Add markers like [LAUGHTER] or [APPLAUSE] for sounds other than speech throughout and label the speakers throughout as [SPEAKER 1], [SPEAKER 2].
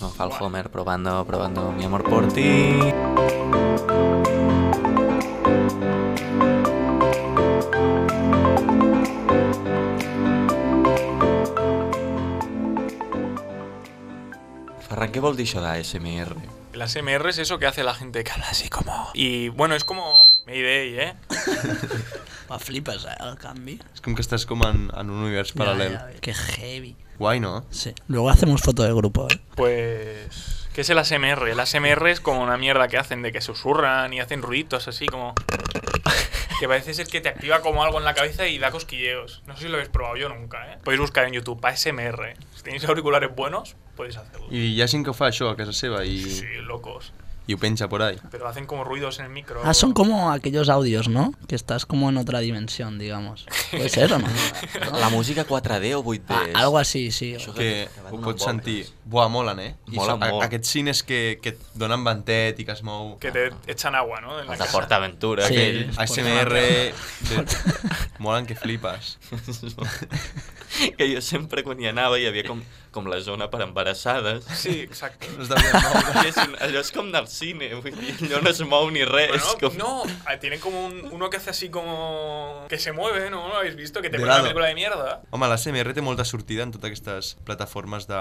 [SPEAKER 1] No, Hal Homer probando, probando mi amor por ti. Ferran, què vol dir això d'ASMR?
[SPEAKER 2] El ASMR es eso que hace la gente que habla así como... Y bueno, es como... Me idea, ¿eh?
[SPEAKER 3] Me flipes, eh, el canvi.
[SPEAKER 4] Es como que estás como en, en un universo paralelo.
[SPEAKER 3] Ya, ya, qué heavy.
[SPEAKER 4] Guay, ¿no?
[SPEAKER 3] Sí. Luego hacemos foto de grupo, ¿eh?
[SPEAKER 2] Pues... ¿Qué es el ASMR? El ASMR es como una mierda que hacen de que susurran y hacen ruiditos así como... Que parece ser que te activa como algo en la cabeza y da cosquilleos. No sé si lo habéis probado yo nunca, ¿eh? Podéis buscar en YouTube ASMR. Si tenéis auriculares buenos, podéis hacerlo.
[SPEAKER 4] Y ya sin que fa això a casa seva y
[SPEAKER 2] Sí, locos.
[SPEAKER 4] y ho penja por ahí.
[SPEAKER 2] Pero hacen como ruidos en el micro.
[SPEAKER 3] Ah, son como aquellos audios, ¿no? Que estás como en otra dimensión, digamos. ¿Puede ser o no? ¿No?
[SPEAKER 1] La música 4D o 8D?
[SPEAKER 3] Ah,
[SPEAKER 1] és-
[SPEAKER 3] algo así, sí.
[SPEAKER 1] Això
[SPEAKER 4] Que
[SPEAKER 1] van
[SPEAKER 4] ho
[SPEAKER 1] donar
[SPEAKER 4] pots
[SPEAKER 1] voltes.
[SPEAKER 4] sentir. Buah, molen, eh? I
[SPEAKER 1] Molen
[SPEAKER 4] són- a-
[SPEAKER 1] molt.
[SPEAKER 4] Aquests cines que, que et donen ventet i que es mou...
[SPEAKER 2] Que te echan agua, ¿no? En la
[SPEAKER 1] Els de
[SPEAKER 2] cara.
[SPEAKER 1] PortAventura,
[SPEAKER 3] Sí.
[SPEAKER 1] aquell.
[SPEAKER 3] es
[SPEAKER 4] ASMR... De...
[SPEAKER 3] [LAUGHS]
[SPEAKER 4] Molen que flipes.
[SPEAKER 1] que jo sempre quan hi anava hi havia com, com la zona per embarassades.
[SPEAKER 2] Sí, exacto.
[SPEAKER 4] No es devien moure.
[SPEAKER 1] Que és un, allò és com del cine, vull dir, allò no es mou ni res.
[SPEAKER 2] Bueno,
[SPEAKER 1] com...
[SPEAKER 2] no, ah, tienen como un, uno que hace así como... Que se mueve, ¿no? ¿Lo habéis visto? Que te
[SPEAKER 4] De
[SPEAKER 2] pone una
[SPEAKER 4] lado.
[SPEAKER 2] película de mierda.
[SPEAKER 4] Home, l'ASMR té molta sortida en totes aquestes plataformes de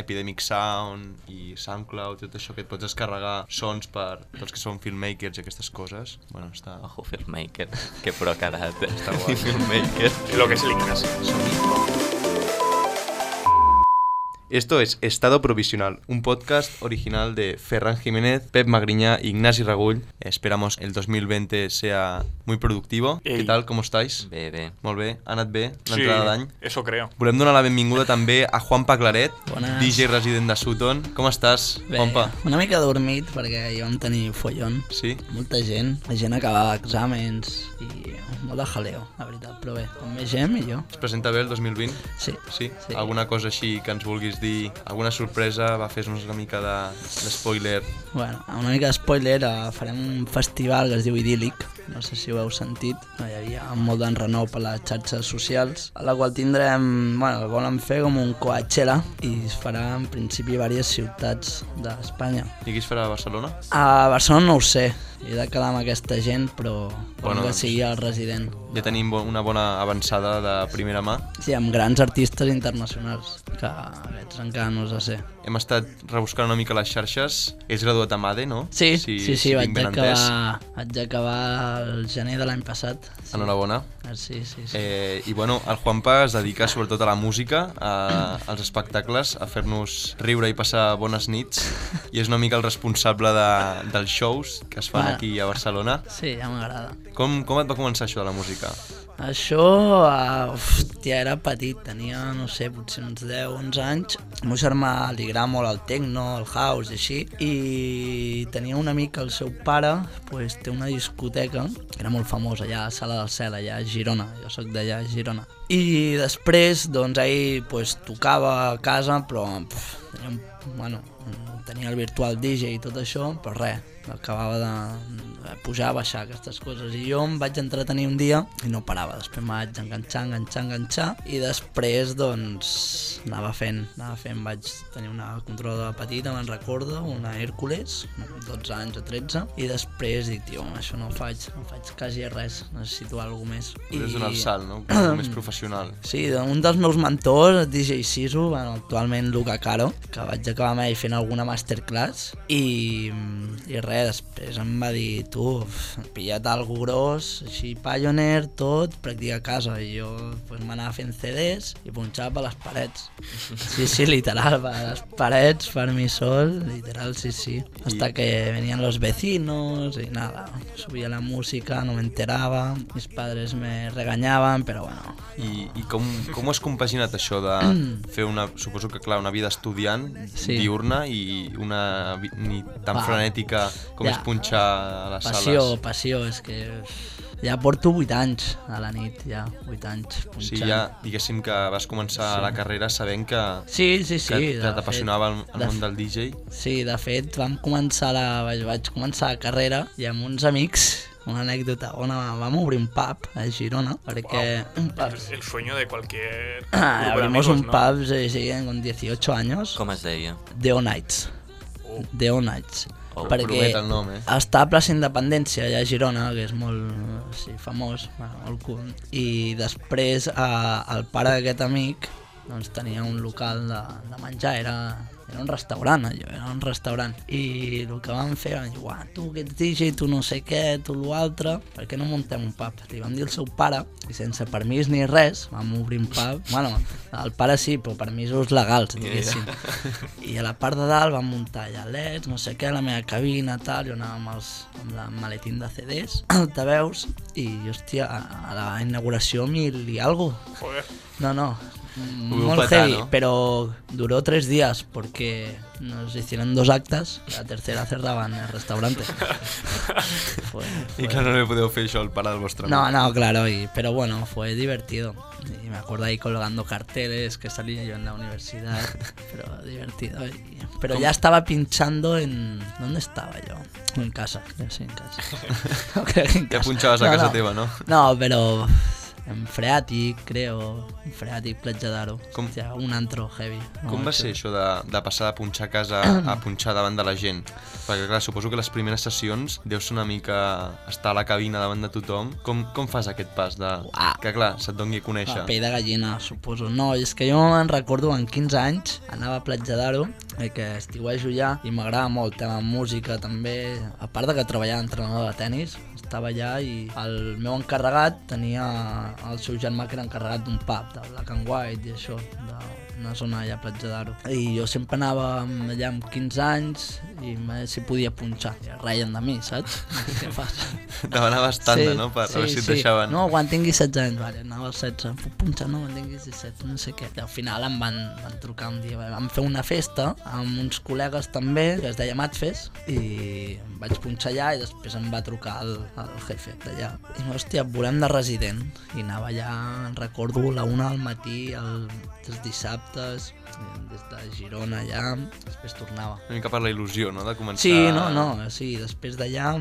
[SPEAKER 4] Epidemic Sound i SoundCloud, tot això que et pots descarregar sons per tots que són filmmakers i aquestes coses. Bueno, està...
[SPEAKER 1] Ojo, filmmaker, que pro carat. Està
[SPEAKER 4] guai.
[SPEAKER 1] filmmaker.
[SPEAKER 2] Y lo que es el Ignacio.
[SPEAKER 4] Esto es Estado Provisional, un podcast original de Ferran Jiménez, Pep Magriñá y Ignasi Ragull. Esperamos el 2020 sea muy productivo.
[SPEAKER 2] Ei.
[SPEAKER 4] ¿Qué tal? ¿Cómo estáis?
[SPEAKER 1] Bé, bé.
[SPEAKER 4] Molt bé, ha anat bé
[SPEAKER 2] Sí,
[SPEAKER 4] l'entrada d'any.
[SPEAKER 2] eso creo.
[SPEAKER 4] Volem donar la benvinguda també a Juanpa Claret,
[SPEAKER 3] Bones.
[SPEAKER 4] DJ resident de Sutton. Com estàs,
[SPEAKER 3] Bé,
[SPEAKER 4] Juanpa?
[SPEAKER 3] una mica adormit perquè hi vam tenir follon.
[SPEAKER 4] Sí?
[SPEAKER 3] Molta gent, la gent acabava exàmens i molt de jaleo, la veritat, però bé, com més gent millor.
[SPEAKER 4] Es presenta bé el 2020?
[SPEAKER 3] Sí.
[SPEAKER 4] Sí?
[SPEAKER 3] Sí.
[SPEAKER 4] Alguna cosa així que ens vulguis dir? Alguna sorpresa? Va, fes-nos una mica de- d'espoiler. De,
[SPEAKER 3] Bueno, una mica d'espoiler, eh, farem un festival que es diu Idílic, no sé si ho heu sentit, no, hi havia molt d'enrenou per les xarxes socials, a la qual tindrem, bueno, el volen fer com un Coachella i es farà en principi a diverses ciutats d'Espanya.
[SPEAKER 4] I qui es farà a Barcelona?
[SPEAKER 3] A Barcelona no ho sé, he de quedar amb aquesta gent, però
[SPEAKER 4] Bueno,
[SPEAKER 3] bueno, que
[SPEAKER 4] doncs-
[SPEAKER 3] sigui el resident.
[SPEAKER 4] Ja tenim bo- una bona avançada de primera mà.
[SPEAKER 3] Sí, amb grans artistes internacionals, que aquests encara no els sé.
[SPEAKER 4] Hem estat rebuscant una mica les xarxes. És graduat a MADE, no?
[SPEAKER 3] Sí, sí, sí, sí vaig,
[SPEAKER 4] tinc ben entès.
[SPEAKER 3] acabar, vaig acabar el gener de l'any passat. Sí.
[SPEAKER 4] Enhorabona.
[SPEAKER 3] Ah, Sí, sí, sí.
[SPEAKER 4] Eh, I bueno, el Juanpa es dedica sobretot a la música, a, als espectacles, a fer-nos riure i passar bones nits. I és una mica el responsable de, dels shows que es fan
[SPEAKER 3] Bueno.
[SPEAKER 4] aquí a Barcelona.
[SPEAKER 3] Sí, ja m'agrada.
[SPEAKER 4] Com, com et va començar això de la música?
[SPEAKER 3] Això, uh, hòstia, era petit, tenia, no sé, potser uns 10, 11 anys. Al meu germà li agrada molt el techno, el house i així, i tenia un amic, el seu pare, pues, té una discoteca, que era molt famosa allà a Sala del Cel, allà a Girona, jo sóc d'allà a Girona. I després, doncs, ell pues, tocava a casa, però pff, tenia un, bueno, tenia el virtual DJ i tot això, però res, acabava de pujar, baixar aquestes coses. I jo em vaig entretenir un dia i no parava. Després em vaig enganxar, enganxar, enganxar i després, doncs, anava fent, anava fent. Vaig tenir una controladora petita, me'n recordo, una Hércules, 12 anys o 13, i després dic, tio, això no ho faig, no faig quasi res, necessito alguna més.
[SPEAKER 4] I... És donar el salt, no? Més professional.
[SPEAKER 3] Sí, un dels meus mentors, el DJ Sisu, bueno, actualment Luca Caro, que vaig acabar amb ell fent alguna masterclass i, i res, després em va dir tu, uf, pilla't algo gros, així Pioneer, tot, practica a casa i jo pues, m'anava fent CDs i punxava per les parets. Sí, sí, literal, per les parets, per mi sol, literal, sí, sí. Hasta que venían los vecinos y nada, subía la música, no me enteraba, mis padres me regañaban, pero bueno,
[SPEAKER 4] I, i com, com ho has compaginat això de fer una, suposo que clar, una vida estudiant sí.
[SPEAKER 3] Sí.
[SPEAKER 4] diurna i una vi- nit tan
[SPEAKER 3] Va.
[SPEAKER 4] frenètica com
[SPEAKER 3] Ja.
[SPEAKER 4] és punxar a les
[SPEAKER 3] Passió,
[SPEAKER 4] sales?
[SPEAKER 3] passió, és que ja porto 8 anys a la nit, ja, 8 anys
[SPEAKER 4] O
[SPEAKER 3] punxant.
[SPEAKER 4] sigui, ja diguéssim que vas començar sí. la carrera sabent que,
[SPEAKER 3] Sí, sí, sí.
[SPEAKER 4] que, que
[SPEAKER 3] de
[SPEAKER 4] t'apassionava el,
[SPEAKER 3] fet-
[SPEAKER 4] el món del DJ.
[SPEAKER 3] Sí, de fet, vam començar la... vaig, vaig començar la carrera i amb uns amics una anècdota. Una, vam obrir un pub a Girona, perquè... Un pub.
[SPEAKER 2] El, el sueño de cualquier. grupo
[SPEAKER 3] Ah,
[SPEAKER 2] de
[SPEAKER 3] abrimos
[SPEAKER 2] amigos,
[SPEAKER 3] un
[SPEAKER 2] ¿no?
[SPEAKER 3] pub, sí, sí, con 18 años.
[SPEAKER 1] Com es deia?
[SPEAKER 3] The On Nights. The On Nights.
[SPEAKER 1] Oh,
[SPEAKER 4] promet el nom, eh?
[SPEAKER 3] està a plaça Independència, allà a Girona, que és molt sí, famós, bueno, molt cool. I després eh, el pare d'aquest amic doncs, tenia un local de, de menjar, era, era un restaurant allò, era un restaurant. I el que vam fer, vam dir, "Uah, tu que ets DJ, tu no sé què, tu l'altre, per què no muntem un pub? Li vam dir al seu pare, i sense permís ni res, vam obrir un pub. bueno, el pare sí, però permisos legals, diguéssim. I a la part de dalt vam muntar allà leds, no sé què, la meva cabina, tal, jo anava amb, els, amb la maletín de CDs, [CLEARS THROAT] altaveus, i, hòstia, a, a la inauguració mil i algo.
[SPEAKER 2] Joder.
[SPEAKER 3] No, no,
[SPEAKER 4] Ho
[SPEAKER 3] mm,
[SPEAKER 4] veu
[SPEAKER 3] molt
[SPEAKER 4] petar,
[SPEAKER 3] heavy,
[SPEAKER 4] ¿no?
[SPEAKER 3] pero duró tres días porque nos hicieron dos actas, la tercera cerraban el
[SPEAKER 4] [LAUGHS]
[SPEAKER 3] restaurante. Fue-
[SPEAKER 4] I
[SPEAKER 3] fue-
[SPEAKER 4] clar, no li podeu fer això al pare del vostre
[SPEAKER 3] No,
[SPEAKER 4] amic.
[SPEAKER 3] no, claro, y, pero bueno, fue divertido. Y me acuerdo ahí colgando carteles que salía yo en la
[SPEAKER 4] [LAUGHS]
[SPEAKER 3] universidad, pero divertido. y- pero ya estaba pinchando en... ¿Dónde estaba yo? En casa, yo sí, en
[SPEAKER 4] [LAUGHS]
[SPEAKER 3] casa. [LAUGHS] No creo que en
[SPEAKER 4] Ja
[SPEAKER 3] casa.
[SPEAKER 4] punxaves a
[SPEAKER 3] No,
[SPEAKER 4] casa
[SPEAKER 3] no.
[SPEAKER 4] teva, no?
[SPEAKER 3] No, pero en Freatic, creo. En Freatic, Platja d'Aro.
[SPEAKER 4] Com-
[SPEAKER 3] Hòstia, un antro heavy.
[SPEAKER 4] Com va
[SPEAKER 3] Molt xulo.
[SPEAKER 4] ser això de, de passar de punxar a casa a punxar davant de la gent? Perquè clar, suposo que les primeres sessions deu ser una mica estar a la cabina davant de tothom. Com, com fas aquest pas de...
[SPEAKER 3] Uah.
[SPEAKER 4] Que clar, se't doni a conèixer. [LAUGHS]
[SPEAKER 3] Paper de gallina, suposo. No, és que jo me'n recordo en 15 anys, anava a Platja d'Aro, eh, que estiguejo allà, i m'agrada molt el tema música també. A part de que treballava entrenador de tennis, estava allà i el meu encarregat tenia el seu germà que era encarregat d'un pub, de Black and White i això, de una zona allà a Platja d'Aro. I jo sempre anava amb- allà amb 15 anys i me- si podia punxar. I es reien de mi, saps? [LAUGHS] Què fas?
[SPEAKER 4] Demanaves tanda, no? Per a veure si et deixaven.
[SPEAKER 3] No, quan tingui 16 anys, vale, anava als 16, puc punxar, no, quan tingui 17, no sé què. I al final em van, van trucar un dia, vam fer una festa amb uns col·legues també, que es deia Matfes, i em vaig punxar allà i després em va trucar el, el jefe d'allà. I hòstia, et volem de resident. I anava allà, recordo, la una del matí, el, els dissabtes, des de Girona allà, després tornava.
[SPEAKER 4] Una mica per la il·lusió, no? De començar...
[SPEAKER 3] Sí, no, no, sí, després d'allà,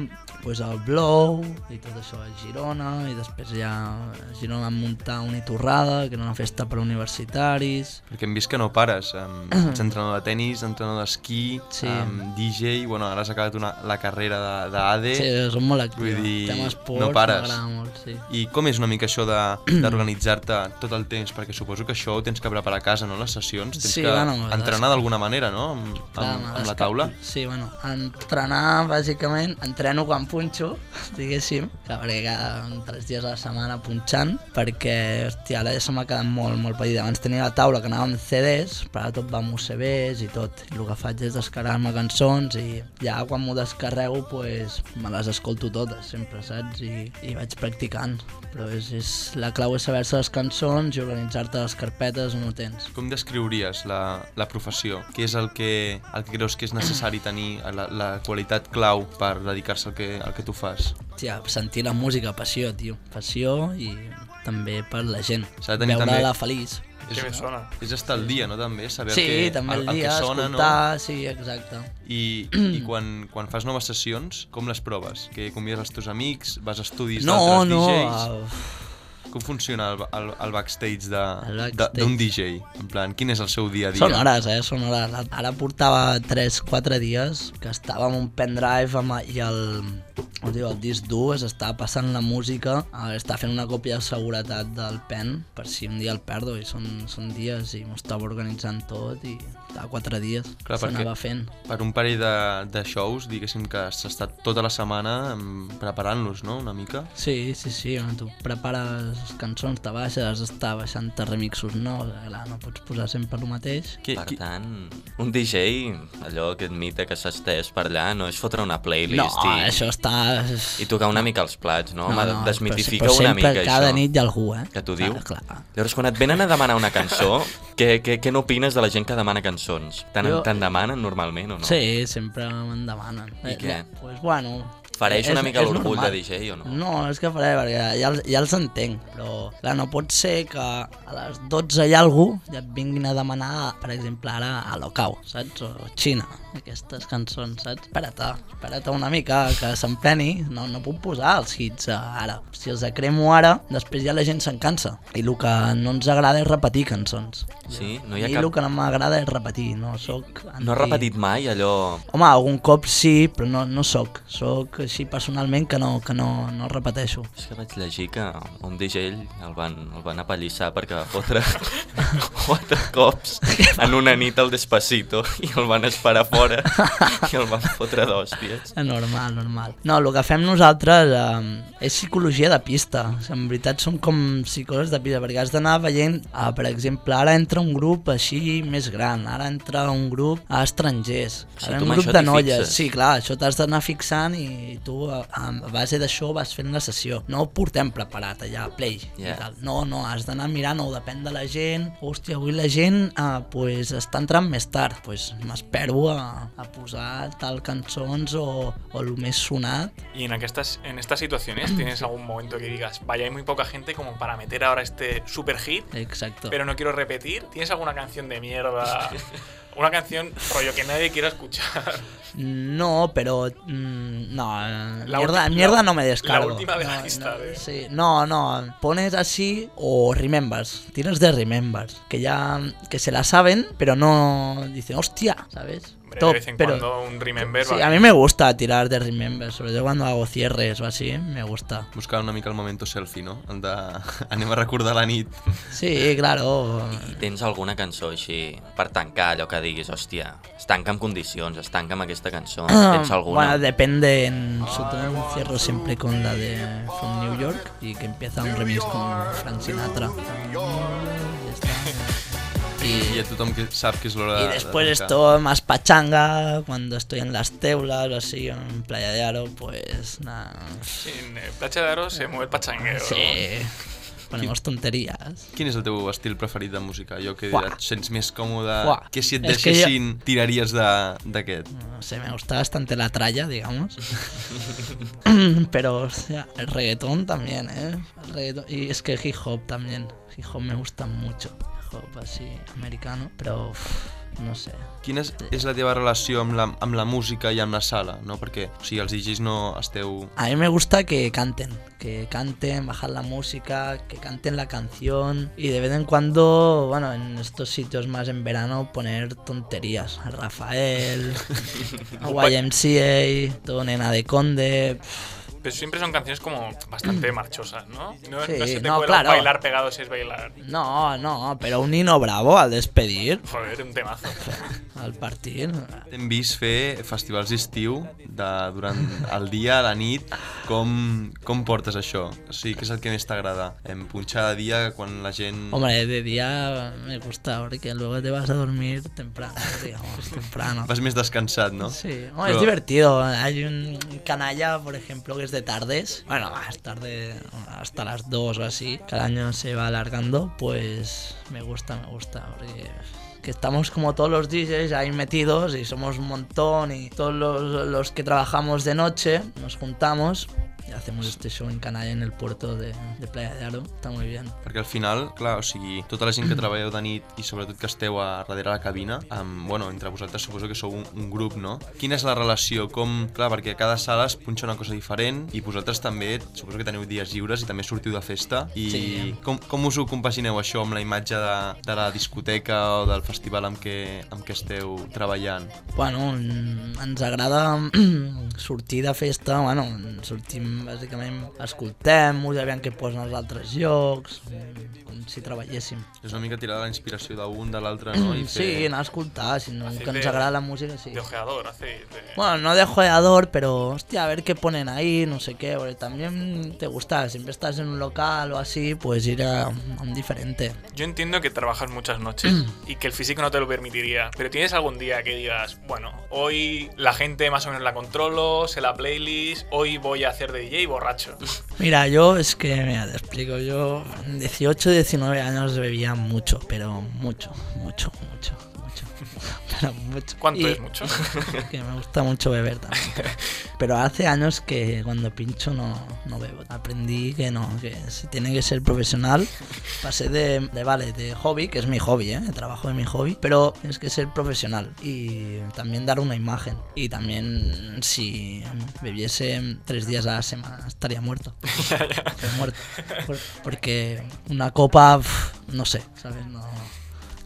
[SPEAKER 3] pues, el Blow i tot això a Girona, i després ja a Girona vam muntar una torrada, que era una festa per a universitaris,
[SPEAKER 4] Perquè hem vist que no pares.
[SPEAKER 3] [CLEARS THROAT]
[SPEAKER 4] Em- Ets entrenador de tennis, entrenador d'esquí,
[SPEAKER 3] Sí.
[SPEAKER 4] em, DJ... Bueno, ara has acabat una, la carrera de- E. d'ADE.
[SPEAKER 3] sí, són molt actius,
[SPEAKER 4] vull dir,
[SPEAKER 3] tema
[SPEAKER 4] no
[SPEAKER 3] esports,
[SPEAKER 4] pares.
[SPEAKER 3] m'agrada molt, sí.
[SPEAKER 4] I com és una mica això de- d'organitzar-te tot el temps? Perquè suposo que això ho tens que preparar a casa, no? Les sessions, tens
[SPEAKER 3] Sí,
[SPEAKER 4] que
[SPEAKER 3] bueno,
[SPEAKER 4] entrenar d'alguna manera, no? Amb,
[SPEAKER 3] Clar,
[SPEAKER 4] amb, amb
[SPEAKER 3] és
[SPEAKER 4] la
[SPEAKER 3] que-
[SPEAKER 4] taula.
[SPEAKER 3] Sí, bueno, entrenar, bàsicament, entreno quan punxo, [LAUGHS] diguéssim, que perquè cada un, tres dies a la setmana punxant, perquè, hòstia, ara ja se m'ha quedat molt, molt petit. Abans tenia la taula que anava amb CDs, però ara tot va amb USBs i tot. I el que faig és descarregar-me cançons i ja quan m'ho descarrego, pues, me les escolto totes, sempre, saps? I, i vaig practicant. Però és, és, la clau és saber-se les cançons i organitzar-te les carpetes on ho tens.
[SPEAKER 4] Com descriuries la, la professió? Què és el que, el que creus que és necessari tenir, la, la qualitat clau per dedicar-se al que, al que tu fas?
[SPEAKER 3] Hòstia, sentir la música, passió, tio. Passió i també per la gent.
[SPEAKER 4] S'ha de tenir també-
[SPEAKER 3] la feliç.
[SPEAKER 2] Què bé sona.
[SPEAKER 4] És estar al dia, no, també? Saber
[SPEAKER 3] Sí,
[SPEAKER 4] el que,
[SPEAKER 3] també el,
[SPEAKER 4] el
[SPEAKER 3] dia,
[SPEAKER 4] que sona,
[SPEAKER 3] escoltar, no? sí, exacte.
[SPEAKER 4] no? I,
[SPEAKER 3] [CLEARS THROAT]
[SPEAKER 4] i quan, quan fas noves sessions, com les proves? Que convides els teus amics? Vas a estudis
[SPEAKER 3] No,
[SPEAKER 4] d'altres
[SPEAKER 3] no,
[SPEAKER 4] DJs?
[SPEAKER 3] el-
[SPEAKER 4] Com funciona el, el, el backstage de-
[SPEAKER 3] El
[SPEAKER 4] de-
[SPEAKER 3] backstage.
[SPEAKER 4] d'un DJ? En plan, quin és el seu dia a dia?
[SPEAKER 3] Són hores, eh? Són hores. Ara portava 3-4 dies que estava amb un pendrive amb, i el, com es diu, el disc dur es estava passant la música, eh, estava fent una còpia de seguretat del pen per si un dia el perdo i són, són dies i m'ho estava organitzant tot i estava 4 dies.
[SPEAKER 4] Clar, perquè-
[SPEAKER 3] S'anava fent.
[SPEAKER 4] Per un parell de, de shows, diguéssim que has estat tota la setmana mm, preparant-los, no?, una mica.
[SPEAKER 3] Sí, sí, sí, on tu prepares cançons, te baixes, està baixant-te remixos nous, eh, clar, no pots posar sempre el mateix.
[SPEAKER 4] Qui,
[SPEAKER 1] Per
[SPEAKER 4] qui,
[SPEAKER 1] tant, un DJ, allò, aquest mite que s'ha estès per allà, no és fotre una
[SPEAKER 3] No,
[SPEAKER 1] playlist i,
[SPEAKER 3] això està...
[SPEAKER 1] i tocar una mica els plats, no? Home, desmitifica
[SPEAKER 3] però, però
[SPEAKER 1] una mica
[SPEAKER 3] sempre,
[SPEAKER 1] això.
[SPEAKER 3] cada nit hi ha algú, eh?
[SPEAKER 1] Que t'ho diu?
[SPEAKER 3] Clar, clar.
[SPEAKER 1] Llavors, quan et venen a demanar una cançó, què, què, què n'opines de la gent que demana cançons? Te'n
[SPEAKER 3] Jo-
[SPEAKER 1] jo... demanen normalment o no?
[SPEAKER 3] Sí, sempre me'n demanen.
[SPEAKER 1] I què?
[SPEAKER 3] Doncs, pues, bueno,
[SPEAKER 1] Fareix
[SPEAKER 3] És-
[SPEAKER 1] una mica
[SPEAKER 3] és
[SPEAKER 1] l'orgull de
[SPEAKER 3] normal.
[SPEAKER 1] DJ o no?
[SPEAKER 3] No, és que faré, perquè ja, els- ja els entenc, però clar, no pot ser que a les 12 hi ha algú i et vinguin a demanar, per exemple, ara a Locau, saps? O Xina, aquestes cançons, saps? Espera't, espera't una mica, que s'empreni, no, no puc posar els hits eh, ara. Si els acremo ara, després ja la gent se'n cansa. I el que no ens agrada és repetir cançons.
[SPEAKER 1] Sí? No
[SPEAKER 3] No
[SPEAKER 1] hi
[SPEAKER 3] a
[SPEAKER 1] ha
[SPEAKER 3] mi el
[SPEAKER 1] cap...
[SPEAKER 3] que no m'agrada és repetir, no sóc...
[SPEAKER 1] No has
[SPEAKER 3] anti-
[SPEAKER 1] repetit mai allò...
[SPEAKER 3] Home, algun cop sí, però no, no soc. Soc així personalment que no, que no, no repeteixo.
[SPEAKER 1] És que vaig llegir que un DJ el van, el van apallissar perquè va
[SPEAKER 3] [LAUGHS]
[SPEAKER 1] fotre quatre cops en una nit al Despacito i el van esperar fora i el van fotre d'hòsties.
[SPEAKER 3] Eh, Normal, normal. No, el que fem nosaltres eh, és psicologia de pista. O sigui, en veritat som com psicòlegs de pista, perquè has d'anar veient, eh, per exemple, ara entra un grup així més gran, ara entra un grup a estrangers,
[SPEAKER 1] O sigui,
[SPEAKER 3] ara
[SPEAKER 1] tu
[SPEAKER 3] un
[SPEAKER 1] amb
[SPEAKER 3] grup
[SPEAKER 1] això
[SPEAKER 3] de
[SPEAKER 1] t'hi
[SPEAKER 3] noies.
[SPEAKER 1] fixes.
[SPEAKER 3] Sí, clar, això t'has d'anar fixant i tu a, a base d'això vas fent la sessió. No ho portem preparat allà, play
[SPEAKER 1] Ja.
[SPEAKER 3] i tal. No, no, has d'anar mirant, o depèn de la gent. Hòstia, avui la gent eh, pues, està entrant més tard. pues, M'espero a, a posar tal cançons o, o el més sonat.
[SPEAKER 2] Y en estas, en estas situaciones tienes algún momento que digas, vaya, hay muy poca gente como para meter ahora este super hit,
[SPEAKER 3] Exacto.
[SPEAKER 2] pero no quiero repetir. ¿Tienes alguna canción de
[SPEAKER 4] [LAUGHS]
[SPEAKER 2] mierda? Una canción rollo que nadie quiera escuchar.
[SPEAKER 3] No, pero... mm, no, eh,
[SPEAKER 2] La
[SPEAKER 3] mierda,
[SPEAKER 2] ulti-
[SPEAKER 3] mierda
[SPEAKER 2] la-
[SPEAKER 3] no me descargo.
[SPEAKER 2] la última de la
[SPEAKER 3] No,
[SPEAKER 2] lista
[SPEAKER 3] no,
[SPEAKER 2] de-
[SPEAKER 3] sí. no, no, pones así o remembers. Tienes de remembers. Que ya... Que se la saben, pero no... Dicen, hostia, ¿sabes?
[SPEAKER 2] Hombre,
[SPEAKER 3] Top,
[SPEAKER 2] de vez en
[SPEAKER 3] pero-
[SPEAKER 2] cuando un remember.
[SPEAKER 3] Sí,
[SPEAKER 2] va.
[SPEAKER 3] a mí me gusta tirar de remember, sobre todo cuando hago cierres o así, me gusta.
[SPEAKER 4] Buscar una mica el momento selfie, no? El de... [LAUGHS] Anem a recordar la nit.
[SPEAKER 2] [LAUGHS]
[SPEAKER 3] Sí, claro.
[SPEAKER 1] I tens alguna cançó així per tancar allò que diguis, hòstia, es tanca amb condicions, es tanca amb aquesta cançó, tens alguna?
[SPEAKER 3] Ah, Bueno, depende. En Sutton cierro siempre con la de From New York y que empieza un remix con Frank Sinatra. Ya está.
[SPEAKER 4] I
[SPEAKER 3] Y,
[SPEAKER 4] ja tothom que sap que és l'hora de...
[SPEAKER 3] y después
[SPEAKER 4] de tancar.
[SPEAKER 3] esto más pachanga, cuando estoy en las teulas o así, en Playa de Aro, pues nada.
[SPEAKER 2] En eh, Placha de Aro se mueve el pachangueo.
[SPEAKER 3] Sí. Ponemos tonterías.
[SPEAKER 4] Quin és el teu estil preferit de música? Jo que
[SPEAKER 3] Fuà.
[SPEAKER 4] et sents més còmode...
[SPEAKER 3] Fuà.
[SPEAKER 4] Que si et
[SPEAKER 3] És que jo-
[SPEAKER 4] deixessin, tiraries de- d'aquest.
[SPEAKER 3] No sé, me gusta bastante la tralla, digamos. Pero, o sea, el reggaetón también, ¿eh? El reggaetón- Y es que hip hop también. Hip hop me gusta mucho. Hip hop así, americano. Pero, uf, no sé.
[SPEAKER 4] Quina és, és la teva relació amb la, amb la música i amb la sala, no? Perquè, o sigui, els DJs no esteu...
[SPEAKER 3] A mí me gusta que canten, que canten, bajar la música, que canten la canción y de vez en cuando, bueno, en estos sitios más en verano poner tonterías. A Rafael, a YMCA, todo nena de conde. pf,
[SPEAKER 2] Pero siempre son canciones como bastante marchosas, ¿no? No,
[SPEAKER 3] Sí,
[SPEAKER 2] no se te
[SPEAKER 3] no,
[SPEAKER 2] cuela un
[SPEAKER 3] claro.
[SPEAKER 2] bailar pegado si es bailar.
[SPEAKER 3] No, no, pero un Nino Bravo al despedir,
[SPEAKER 2] Joder, un temazo.
[SPEAKER 3] al partir.
[SPEAKER 4] Hem vist fer festivals d'estiu de, durant el dia, a la nit, com, com portes això? O sigui, què és el que més t'agrada? Em punxar de dia quan la gent...
[SPEAKER 3] Hombre, de día me gusta porque luego te vas a dormir temprano, digamos, temprano.
[SPEAKER 4] Vas més descansat, no?
[SPEAKER 3] Sí, bueno,
[SPEAKER 4] Però-
[SPEAKER 3] es divertido. Hay un canalla, por ejemplo, que es de tardes. Bueno, más tarde, hasta las 2 o así. Cada año se va alargando. Pues me gusta, me gusta. Porque que estamos como todos los DJs ahí metidos y somos un montón y todos los, los que trabajamos de noche nos juntamos. Y hacemos este show en Canalla, en el puerto de, de Playa de Aro. Está muy bien.
[SPEAKER 4] Perquè al final, clar, o sigui, tota la gent que treballeu de nit i sobretot que esteu a darrere la cabina, amb, bueno, entre vosaltres suposo que sou un, un grup, no? Quina és la relació? Com, clar, perquè a cada sala es punxa una cosa diferent i vosaltres també suposo que teniu dies lliures i també sortiu de festa i
[SPEAKER 3] Sí.
[SPEAKER 4] com, com us ho compagineu això amb la imatge de, de la discoteca o del festival amb què, amb què esteu treballant?
[SPEAKER 3] Bueno, mm, ens agrada mm, [CLEARS THROAT] sortir de festa, bueno, mm, sortim bàsicament, escoltem, us aviam què posen als altres llocs, mm, com si treballéssim.
[SPEAKER 4] És una mica tirar la inspiració d'un, de l'altre, Ah, no?
[SPEAKER 3] [CLEARS THROAT]
[SPEAKER 4] I
[SPEAKER 3] Mm, Sí, anar a escoltar, si no,
[SPEAKER 2] Así
[SPEAKER 3] que ens
[SPEAKER 2] de-
[SPEAKER 3] agrada la música, sí.
[SPEAKER 2] De ojeador, hace. de-
[SPEAKER 3] Bueno, no de jodeador, pero hostia, a ver qué ponen ahí, no sé qué, porque también mm, te gusta, siempre estás en un local o así, pues ir a, a un diferente.
[SPEAKER 2] Yo entiendo que trabajas muchas
[SPEAKER 3] [CLEARS THROAT]
[SPEAKER 2] noches y que el físico no te lo permitiría, pero tienes algún día que digas, bueno, hoy la gente más o menos la controlo, sé la playlist, hoy voy a hacer de DJ borracho.
[SPEAKER 3] Mira, yo es que, mira, te explico, yo 18, 19 años bebía mucho, [LAUGHS] pero mucho, mucho, mucho, mucho. pero mucho.
[SPEAKER 2] ¿Cuánto
[SPEAKER 3] Y-
[SPEAKER 2] es
[SPEAKER 3] [LAUGHS]
[SPEAKER 2] mucho?
[SPEAKER 3] Que me gusta mucho beber también. Pero hace años que cuando pincho no, no bebo. Aprendí que no, que se tiene que ser profesional. Pasé de, de, vale, de hobby, que es mi hobby, ¿eh? El trabajo es mi hobby, pero tienes que ser profesional y también dar una imagen. Y también si bebiese tres días a la semana estaría muerto. Estaría muerto. Por- porque una copa, pf, no sé, ¿sabes? No...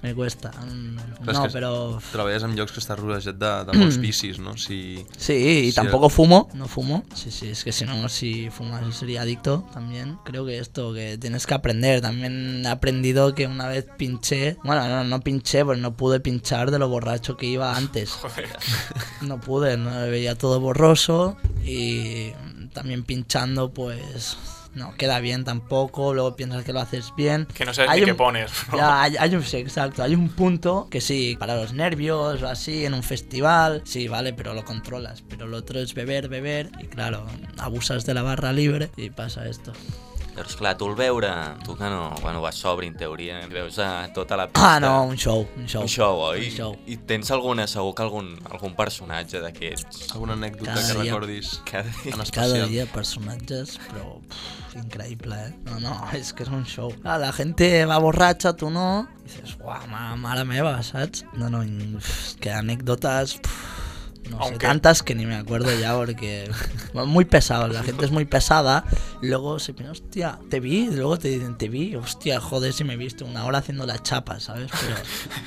[SPEAKER 3] Me cuesta. Mm,
[SPEAKER 4] Pero es
[SPEAKER 3] No,
[SPEAKER 4] que
[SPEAKER 3] pero... pf,
[SPEAKER 4] Treballes en llocs que estàs rodejat de, de molts
[SPEAKER 3] Mm.
[SPEAKER 4] vicis, no? Si...
[SPEAKER 3] Sí, y
[SPEAKER 4] Sí,
[SPEAKER 3] tampoco fumo, no fumo. Sí, sí, es que si no, si fumas sería adicto también. Creo que esto que tienes que aprender. También he aprendido que una vez pinché, bueno, no, no pinché, pues no pude pinchar de lo borracho que iba antes.
[SPEAKER 2] Joder.
[SPEAKER 3] No pude, no veía todo borroso y también pinchando, pues no queda bien tampoco. Luego piensas que lo haces bien.
[SPEAKER 2] Que no sabes
[SPEAKER 3] Hay
[SPEAKER 2] ni qué
[SPEAKER 3] un-
[SPEAKER 2] pones.
[SPEAKER 1] [LAUGHS]
[SPEAKER 2] ¿no?
[SPEAKER 3] Ya, hay, hay un, sí, exacto, hay un punto que sí, para los nervios o así, en un festival, sí, vale, pero lo controlas. Pero lo otro es beber, beber, y claro, abusas de la barra libre y pasa esto.
[SPEAKER 1] Llavors, clar, tu el veure, tu que no, bueno, vas sobri, en teoria, veus a tota la pista.
[SPEAKER 3] Ah, no, un show, un show.
[SPEAKER 1] Un show, oi?
[SPEAKER 3] Un show.
[SPEAKER 1] I tens alguna, segur que algun, algun personatge d'aquests
[SPEAKER 4] Alguna anècdota
[SPEAKER 3] Cada
[SPEAKER 4] que
[SPEAKER 3] dia.
[SPEAKER 4] recordis
[SPEAKER 1] que...
[SPEAKER 4] en
[SPEAKER 3] Cada
[SPEAKER 4] especial?
[SPEAKER 3] día personajes, pero pff, increíble, ¿eh? No, no, [LAUGHS] es que es un show. Ah, la gente va borracha, tú no. Y dices, guau, ma, mare meva, ¿sabes? No, no, y, pff, que anécdotas. pff, no sé,
[SPEAKER 2] Aunque-
[SPEAKER 3] tantas que ni me acuerdo ya porque [LAUGHS] bueno, muy pesado, la gente es muy pesada. Luego se piensa, hostia, te vi, y luego te dicen, te vi, hostia, joder, si me viste una hora haciendo la chapa, ¿sabes?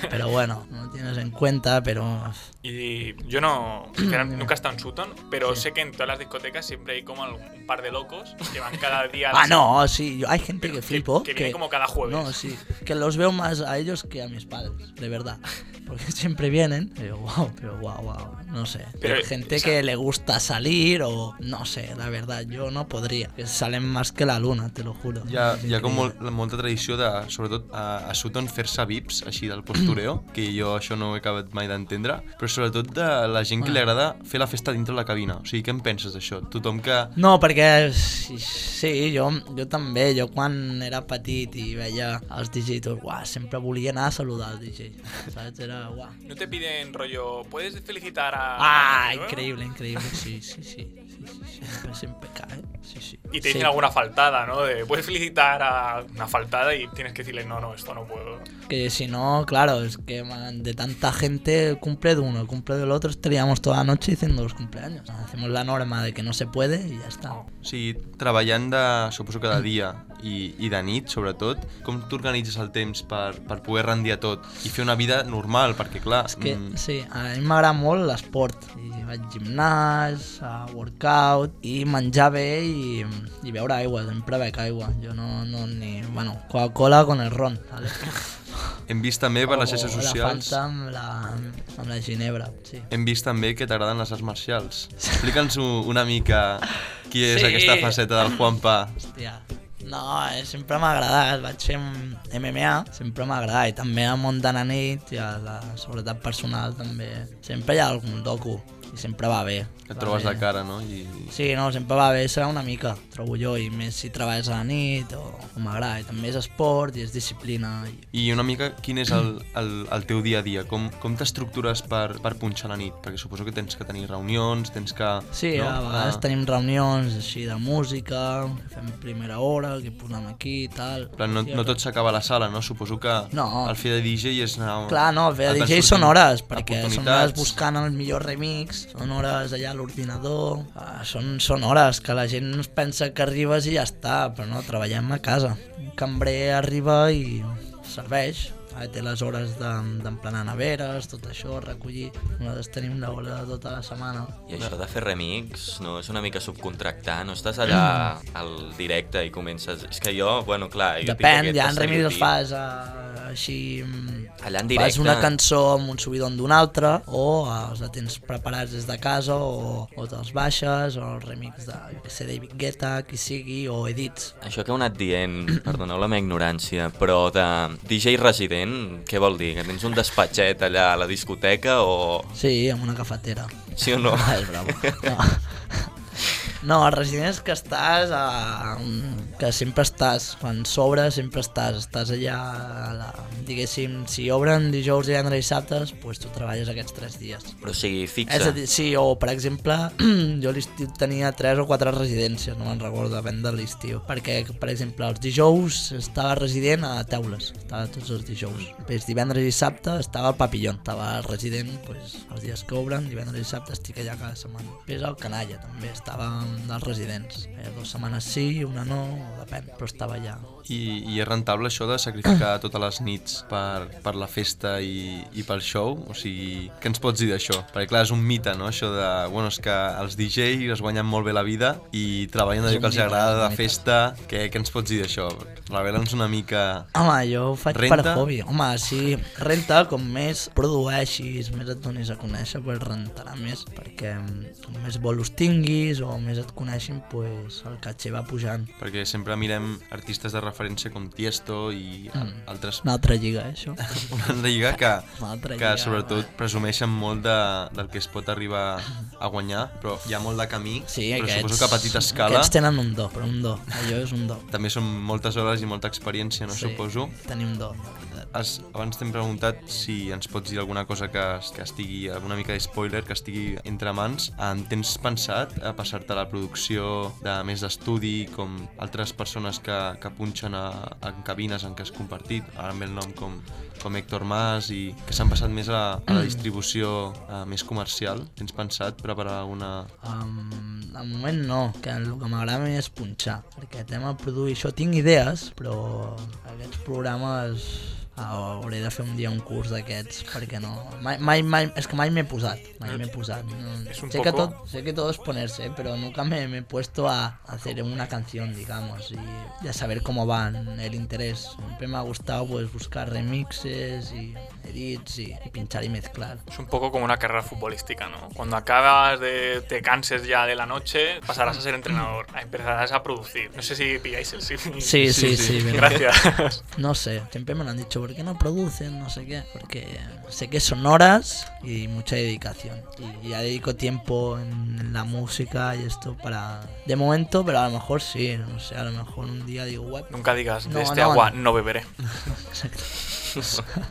[SPEAKER 3] Pero, pero bueno, no tienes en cuenta, pero
[SPEAKER 2] Y yo
[SPEAKER 3] [CLEARS THROAT]
[SPEAKER 2] no. sinceramente, nunca he estado en Sutton, pero sé que en todas las discotecas siempre hay como un par de locos que van cada día. a la-
[SPEAKER 3] Ah, no, sí, yo- hay gente que
[SPEAKER 2] que-
[SPEAKER 3] flipo.
[SPEAKER 2] que viene como cada jueves.
[SPEAKER 3] No, sí, que los veo más a ellos que a mis padres, de verdad. Porque [LAUGHS] siempre vienen, pero wow, pero wow, wow, no sé.
[SPEAKER 2] Pero,
[SPEAKER 3] Pero, gente
[SPEAKER 2] o sea-
[SPEAKER 3] que le gusta salir o no sé, la verdad, yo no podría. Que salen más que la luna, te lo juro.
[SPEAKER 4] Hi ha,
[SPEAKER 3] Es
[SPEAKER 4] hi ha com
[SPEAKER 3] increíble.
[SPEAKER 4] molt, molta tradició de, sobretot a, a Sutton, fer-se vips així del postureo,
[SPEAKER 3] Mm.
[SPEAKER 4] que jo això no ho he acabat mai d'entendre, però sobretot de la gent que li agrada fer la festa dintre la cabina. O sigui, què en penses d'això? Tothom que...
[SPEAKER 3] No, perquè sí, sí jo, jo també, jo quan era petit i veia els DJs, uah, sempre volia anar a saludar el DJ, saps? Era, uah,
[SPEAKER 2] No te piden rollo. ¿Puedes felicitar a.?
[SPEAKER 3] Ah,
[SPEAKER 2] ¿no?
[SPEAKER 3] increíble, increíble.
[SPEAKER 2] [LAUGHS]
[SPEAKER 3] Sí, sí, sí. sí, sí, sí. Siempre, siempre cae. Sí, sí.
[SPEAKER 2] Y te dicen
[SPEAKER 3] Sí.
[SPEAKER 2] alguna faltada, ¿no? De, puedes felicitar a una faltada y tienes que decirle, no, no, esto no puedo.
[SPEAKER 3] Que si no, claro, es que man, de tanta gente, el cumple de uno, el cumple del otro, estaríamos toda la noche diciendo los cumpleaños. Ah, Hacemos la norma de que no se puede y ya está.
[SPEAKER 4] O sigui, treballant de, suposo
[SPEAKER 3] Mm.
[SPEAKER 4] que de dia i, i de nit, sobretot, com t'organitzes el temps per, per poder rendir a tot i fer una vida normal? Perquè, clar,
[SPEAKER 3] És que,
[SPEAKER 4] mm,
[SPEAKER 3] sí, a mi m'agrada molt l'esport. I vaig al gimnàs, a workout, i menjar bé i, i beure aigua, sempre bec aigua. Jo no, no ni... Bueno, Coca-Cola con el ron, ¿vale?
[SPEAKER 4] hem vist també per les xarxes
[SPEAKER 3] O
[SPEAKER 4] socials...
[SPEAKER 3] Oh, La Fanta amb la, amb la ginebra, sí.
[SPEAKER 4] Hem vist també que t'agraden les arts marcials. Explica'ns una mica qui és
[SPEAKER 3] Sí.
[SPEAKER 4] aquesta faceta del Juanpa.
[SPEAKER 3] Hòstia. No, eh, sempre m'ha agradat, vaig fer un MMA, sempre m'ha agradat, i també al món de la nit i a la seguretat personal també. Sempre hi ha algun docu, i sempre va bé.
[SPEAKER 4] Que et
[SPEAKER 3] Va
[SPEAKER 4] trobes
[SPEAKER 3] bé.
[SPEAKER 4] de cara, no? I...
[SPEAKER 3] Sí, no, sempre va bé serà una mica, trobo jo, i més si treballes a la nit o, o m'agrada. I també és esport i és disciplina. I...
[SPEAKER 4] I una mica, quin és el, el, el teu dia a dia? Com, com t'estructures per, per punxar la nit? Perquè suposo que tens que tenir reunions, tens que...
[SPEAKER 3] Sí,
[SPEAKER 4] no? Ah,
[SPEAKER 3] no? a vegades tenim reunions així de música, que fem primera hora, que posem aquí i tal.
[SPEAKER 4] En plan, no, no tot s'acaba a la sala, no? Suposo que
[SPEAKER 3] No.
[SPEAKER 4] el fer de DJ és anar...
[SPEAKER 3] Clar, no, fer
[SPEAKER 4] et van
[SPEAKER 3] DJ són
[SPEAKER 4] sortint
[SPEAKER 3] hores, perquè són hores
[SPEAKER 4] oportunitats.
[SPEAKER 3] buscant el millor remix, són hores allà a l'ordinador, ah, són, són hores que la gent es pensa que arribes i ja està, però no, treballem a casa. Un cambrer arriba i serveix, Ah, té les hores de- d'emplenar neveres, tot això, recollir. Nosaltres tenim una hora tota la setmana.
[SPEAKER 1] I això de fer remix, no? És una mica subcontractar, no estàs allà
[SPEAKER 3] Mm.
[SPEAKER 1] al directe i comences... És que jo, bueno, clar... Jo tinc
[SPEAKER 3] Depèn,
[SPEAKER 1] aquest
[SPEAKER 3] ja en remix els
[SPEAKER 1] estereotip.
[SPEAKER 3] fas eh, així... mm,
[SPEAKER 1] Allà en
[SPEAKER 3] Fas
[SPEAKER 1] directe.
[SPEAKER 3] una cançó amb un subidon d'un altre o eh, els la tens preparats des de casa o, o te'ls baixes o el remix de, jo què sé, David Guetta, qui sigui, o edits.
[SPEAKER 1] Això que heu anat dient, [CLEARS THROAT] perdoneu la meva ignorància, però de DJ resident, què vol dir? Que tens un despatxet allà a la discoteca o...
[SPEAKER 3] [LAUGHS] Sí, amb una cafetera.
[SPEAKER 1] Sí o no?
[SPEAKER 3] Ah, és bravo. No. [LAUGHS] No, el resident és que estàs a... que sempre estàs, quan s'obre sempre estàs, estàs allà, a la... diguéssim, si obren dijous, divendres i dissabtes, doncs tu treballes aquests tres dies.
[SPEAKER 1] Però o sigui, fixa.
[SPEAKER 3] És a dir, sí, o per exemple, [CLEARS THROAT] jo a l'estiu tenia 3 o 4 residències, no me'n recordo, depèn de l'estiu. Perquè, per exemple, els dijous estava resident a Teules, estava tots els dijous. Els divendres i dissabte estava al Papillon, estava resident pues, els dies que obren, divendres i dissabte estic allà cada setmana. Després al Canalla també estava amb dels residents, eh, dues setmanes sí, una no, depèn, però estava allà.
[SPEAKER 4] I, I és rentable això de sacrificar totes les nits per, per la festa i, i pel show? O sigui, què ens pots dir d'això? Perquè clar, és un mite, no? Això de, bueno, és que els DJ es guanyen molt bé la vida i
[SPEAKER 3] És
[SPEAKER 4] treballen d'allò
[SPEAKER 3] un
[SPEAKER 4] que els
[SPEAKER 3] mite, és
[SPEAKER 4] agrada
[SPEAKER 3] un
[SPEAKER 4] de
[SPEAKER 3] mite.
[SPEAKER 4] festa. Què, què ens pots dir d'això? Revela'ns una mica...
[SPEAKER 3] Home, jo ho faig
[SPEAKER 4] Renta?
[SPEAKER 3] per hobby. Home, sí, renta, com més produeixis, més et donis a conèixer, pues rentarà més, perquè mm, com més bolos tinguis o més et coneixin, pues el caché va pujant.
[SPEAKER 4] Perquè sempre mirem artistes de referència com Tiesto i
[SPEAKER 3] Mm.
[SPEAKER 4] altres...
[SPEAKER 3] Una altra lliga, eh, això.
[SPEAKER 4] Una altra lliga que,
[SPEAKER 3] [LAUGHS] Una altra
[SPEAKER 4] que
[SPEAKER 3] lliga, eh.
[SPEAKER 4] sobretot presumeixen molt de, del que es pot arribar a guanyar, però hi ha molt de camí,
[SPEAKER 3] Sí,
[SPEAKER 4] però
[SPEAKER 3] aquests,
[SPEAKER 4] suposo que a petita escala
[SPEAKER 3] Aquests tenen un do, però un do. Allò és un do.
[SPEAKER 4] també són moltes hores i molta experiència, no
[SPEAKER 3] Sí.
[SPEAKER 4] suposo.
[SPEAKER 3] Tenir un do, la veritat.
[SPEAKER 4] Has, abans t'hem preguntat si ens pots dir alguna cosa que, es- que estigui, alguna mica de spoiler, que estigui entre mans. En tens pensat a passar-te a la producció de més d'estudi, com altres persones que, que punxen a, en cabines en què has compartit, ara amb el nom com, com Héctor Mas, i que s'han passat més a, a la distribució a, més comercial? Tens pensat preparar alguna...
[SPEAKER 3] Um, de moment no, que el que m'agrada més és punxar, perquè el tema produir això tinc idees, però aquests programes ah, hauré de fer un dia un curs d'aquests perquè no... Mai, mai, mai, és que mai m'he posat, mai m'he posat. No,
[SPEAKER 2] Es un
[SPEAKER 3] sé, que
[SPEAKER 2] poco-
[SPEAKER 3] tot, sé que todo es ponerse, pero nunca me, me he puesto a hacer una canción, digamos, y, y a saber cómo van el interés. Siempre me ha gustado pues buscar remixes y edits y- y pinchar y mezclar.
[SPEAKER 2] Es un poco como una carrera futbolística, ¿no? Cuando acabas de te canses ya de la noche, pasarás a ser entrenador, empezarás a producir. No sé si pilláis el símil.
[SPEAKER 3] Sí, sí, sí.
[SPEAKER 4] sí.
[SPEAKER 3] me- [LAUGHS]
[SPEAKER 2] Gracias.
[SPEAKER 3] No sé, siempre me lo han dicho, ¿por qué no producen? No sé qué. Porque sé que son horas y mucha dedicación. Y ya dedico tiempo en la música y esto para... De momento, pero a lo mejor sí, no sé, a lo mejor un día digo, guap.
[SPEAKER 2] Nunca digas, de
[SPEAKER 3] No,
[SPEAKER 2] este
[SPEAKER 3] no,
[SPEAKER 2] agua
[SPEAKER 3] no.
[SPEAKER 2] no beberé.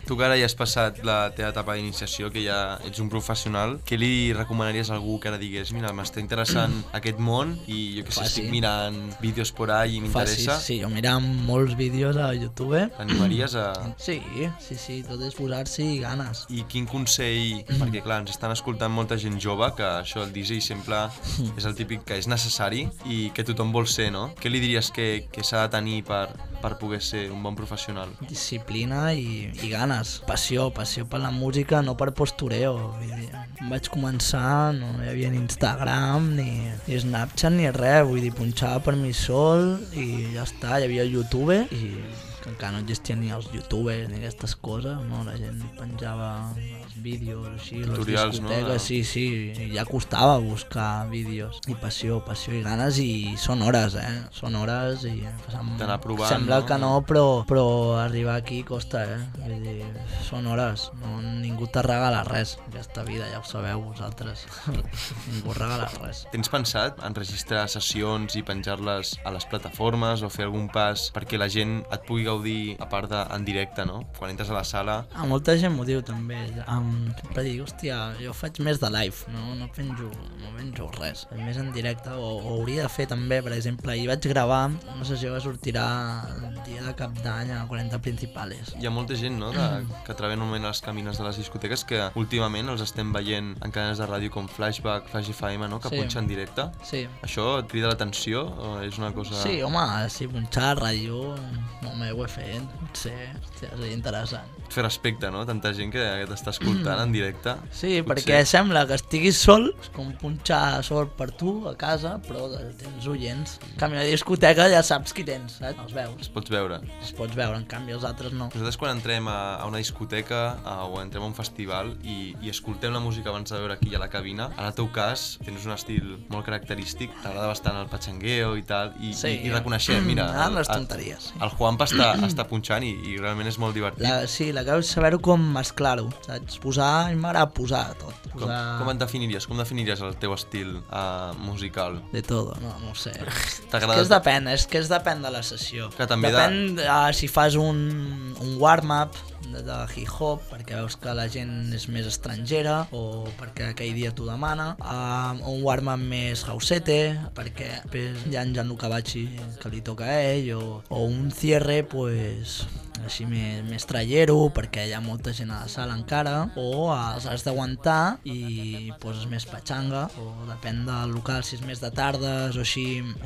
[SPEAKER 4] Tu que ara ja has passat la teva etapa d'iniciació, que ja ets un professional, què li recomanaries a algú que ara digués mira, m'està interessant aquest món i jo que sé,
[SPEAKER 3] Faci.
[SPEAKER 4] estic mirant vídeos por ahí i
[SPEAKER 3] Fácil,
[SPEAKER 4] m'interessa,
[SPEAKER 3] sí, yo miraba muchos vídeos a YouTube.
[SPEAKER 4] t'animaries a...
[SPEAKER 3] Sí, sí, sí, todo es posar-s'hi i ganes.
[SPEAKER 4] I quin consell, perquè clar, ens estan escoltant molta gent jove, que això el DJ sempre
[SPEAKER 3] Mm.
[SPEAKER 4] és el típic que és necessari i que tothom vol ser, no? Què li diries que, que s'ha de tenir per, per poder ser un bon professional?
[SPEAKER 3] disciplina i, i ganes, passió, passió per la música, no per postureo. Vull dir, em vaig començar, no hi havia ni Instagram, ni, ni Snapchat, ni res, vull dir, punxava per mi sol i ja està, hi havia YouTube i que encara no existien ni els youtubers ni aquestes coses, no? la gent penjava els vídeos, així,
[SPEAKER 4] Tutorials,
[SPEAKER 3] les
[SPEAKER 4] no?
[SPEAKER 3] discoteques,
[SPEAKER 4] De-
[SPEAKER 3] sí, sí, i ja costava buscar vídeos i passió, passió i ganes i són hores, eh? Són hores i passant
[SPEAKER 4] D'anar provant,
[SPEAKER 3] Sembla
[SPEAKER 4] no?
[SPEAKER 3] que no, però, però arribar aquí costa, eh? Vull dir, són hores. No, ningú te regala res, aquesta vida, ja ho sabeu vosaltres. [LAUGHS] ningú regala res.
[SPEAKER 4] Tens pensat enregistrar sessions i penjar-les a les plataformes o fer algun pas perquè la gent et pugui gaudir a part de en directe, no? Quan entres a la sala...
[SPEAKER 3] A molta gent m'ho diu també, um, sempre dic, hòstia, jo faig més de live, no, no, penjo, no penjo res, Faig més en directe, o, o hauria de fer també, per exemple, ahir vaig gravar una sessió que sortirà el dia de cap d'any a 40 principales,
[SPEAKER 4] Hi ha molta gent, no?, de, que treballa normalment a les camines de les discoteques que últimament els estem veient en cadenes de ràdio com Flashback, Flash FM, no?, que
[SPEAKER 3] Sí.
[SPEAKER 4] sí. punxen en directe.
[SPEAKER 3] sí.
[SPEAKER 4] Això et crida l'atenció o és una cosa...
[SPEAKER 3] Sí, home, si punxar ràdio, no me ho he fet, potser, hòstia, seria interessant.
[SPEAKER 4] Et fer respecte, no?, tanta gent que t'està escoltant en directe.
[SPEAKER 3] Sí,
[SPEAKER 4] Potser.
[SPEAKER 3] perquè sembla que estiguis sol, és com punxar sol per tu a casa, però tens oients. En canvi, a la discoteca ja saps qui tens, saps? Els veus,
[SPEAKER 4] Es pots veure.
[SPEAKER 3] els pots veure, en canvi els altres no.
[SPEAKER 4] Nosaltres quan entrem a, a una discoteca a, o entrem a un festival i, i escoltem la música abans de veure aquí a la cabina, en el teu cas tens un estil molt característic, t'agrada bastant el patxangueo i tal, i,
[SPEAKER 3] Sí.
[SPEAKER 4] i, i reconeixem, mira...
[SPEAKER 3] Ah, les
[SPEAKER 4] el-
[SPEAKER 3] tonteries.
[SPEAKER 4] El, el Juanpa està, està punxant i, i realment és molt divertit.
[SPEAKER 3] La, sí, la clau és saber-ho com mesclar-ho, saps? Posar, a mi m'agrada posar tot.
[SPEAKER 4] Com,
[SPEAKER 3] Posar
[SPEAKER 4] com et definiries? Com definiries el teu estil uh, musical?
[SPEAKER 3] De todo, no, no ho sé. És
[SPEAKER 4] T'agrada?
[SPEAKER 3] que és depèn, és que és depèn de la sessió.
[SPEAKER 4] Que també de-
[SPEAKER 3] depèn de... uh, si fas un, un warm-up de, de hip-hop perquè veus que la gent és més estrangera o perquè aquell dia t'ho demana um, un warm-up més hausete perquè després hi ha en Gianluca Bacci que li toca a ell o, o un cierre pues, així més, més trallero perquè hi ha molta gent a la sala encara o els has d'aguantar i poses més patxanga o depèn del local si és més de tardes o així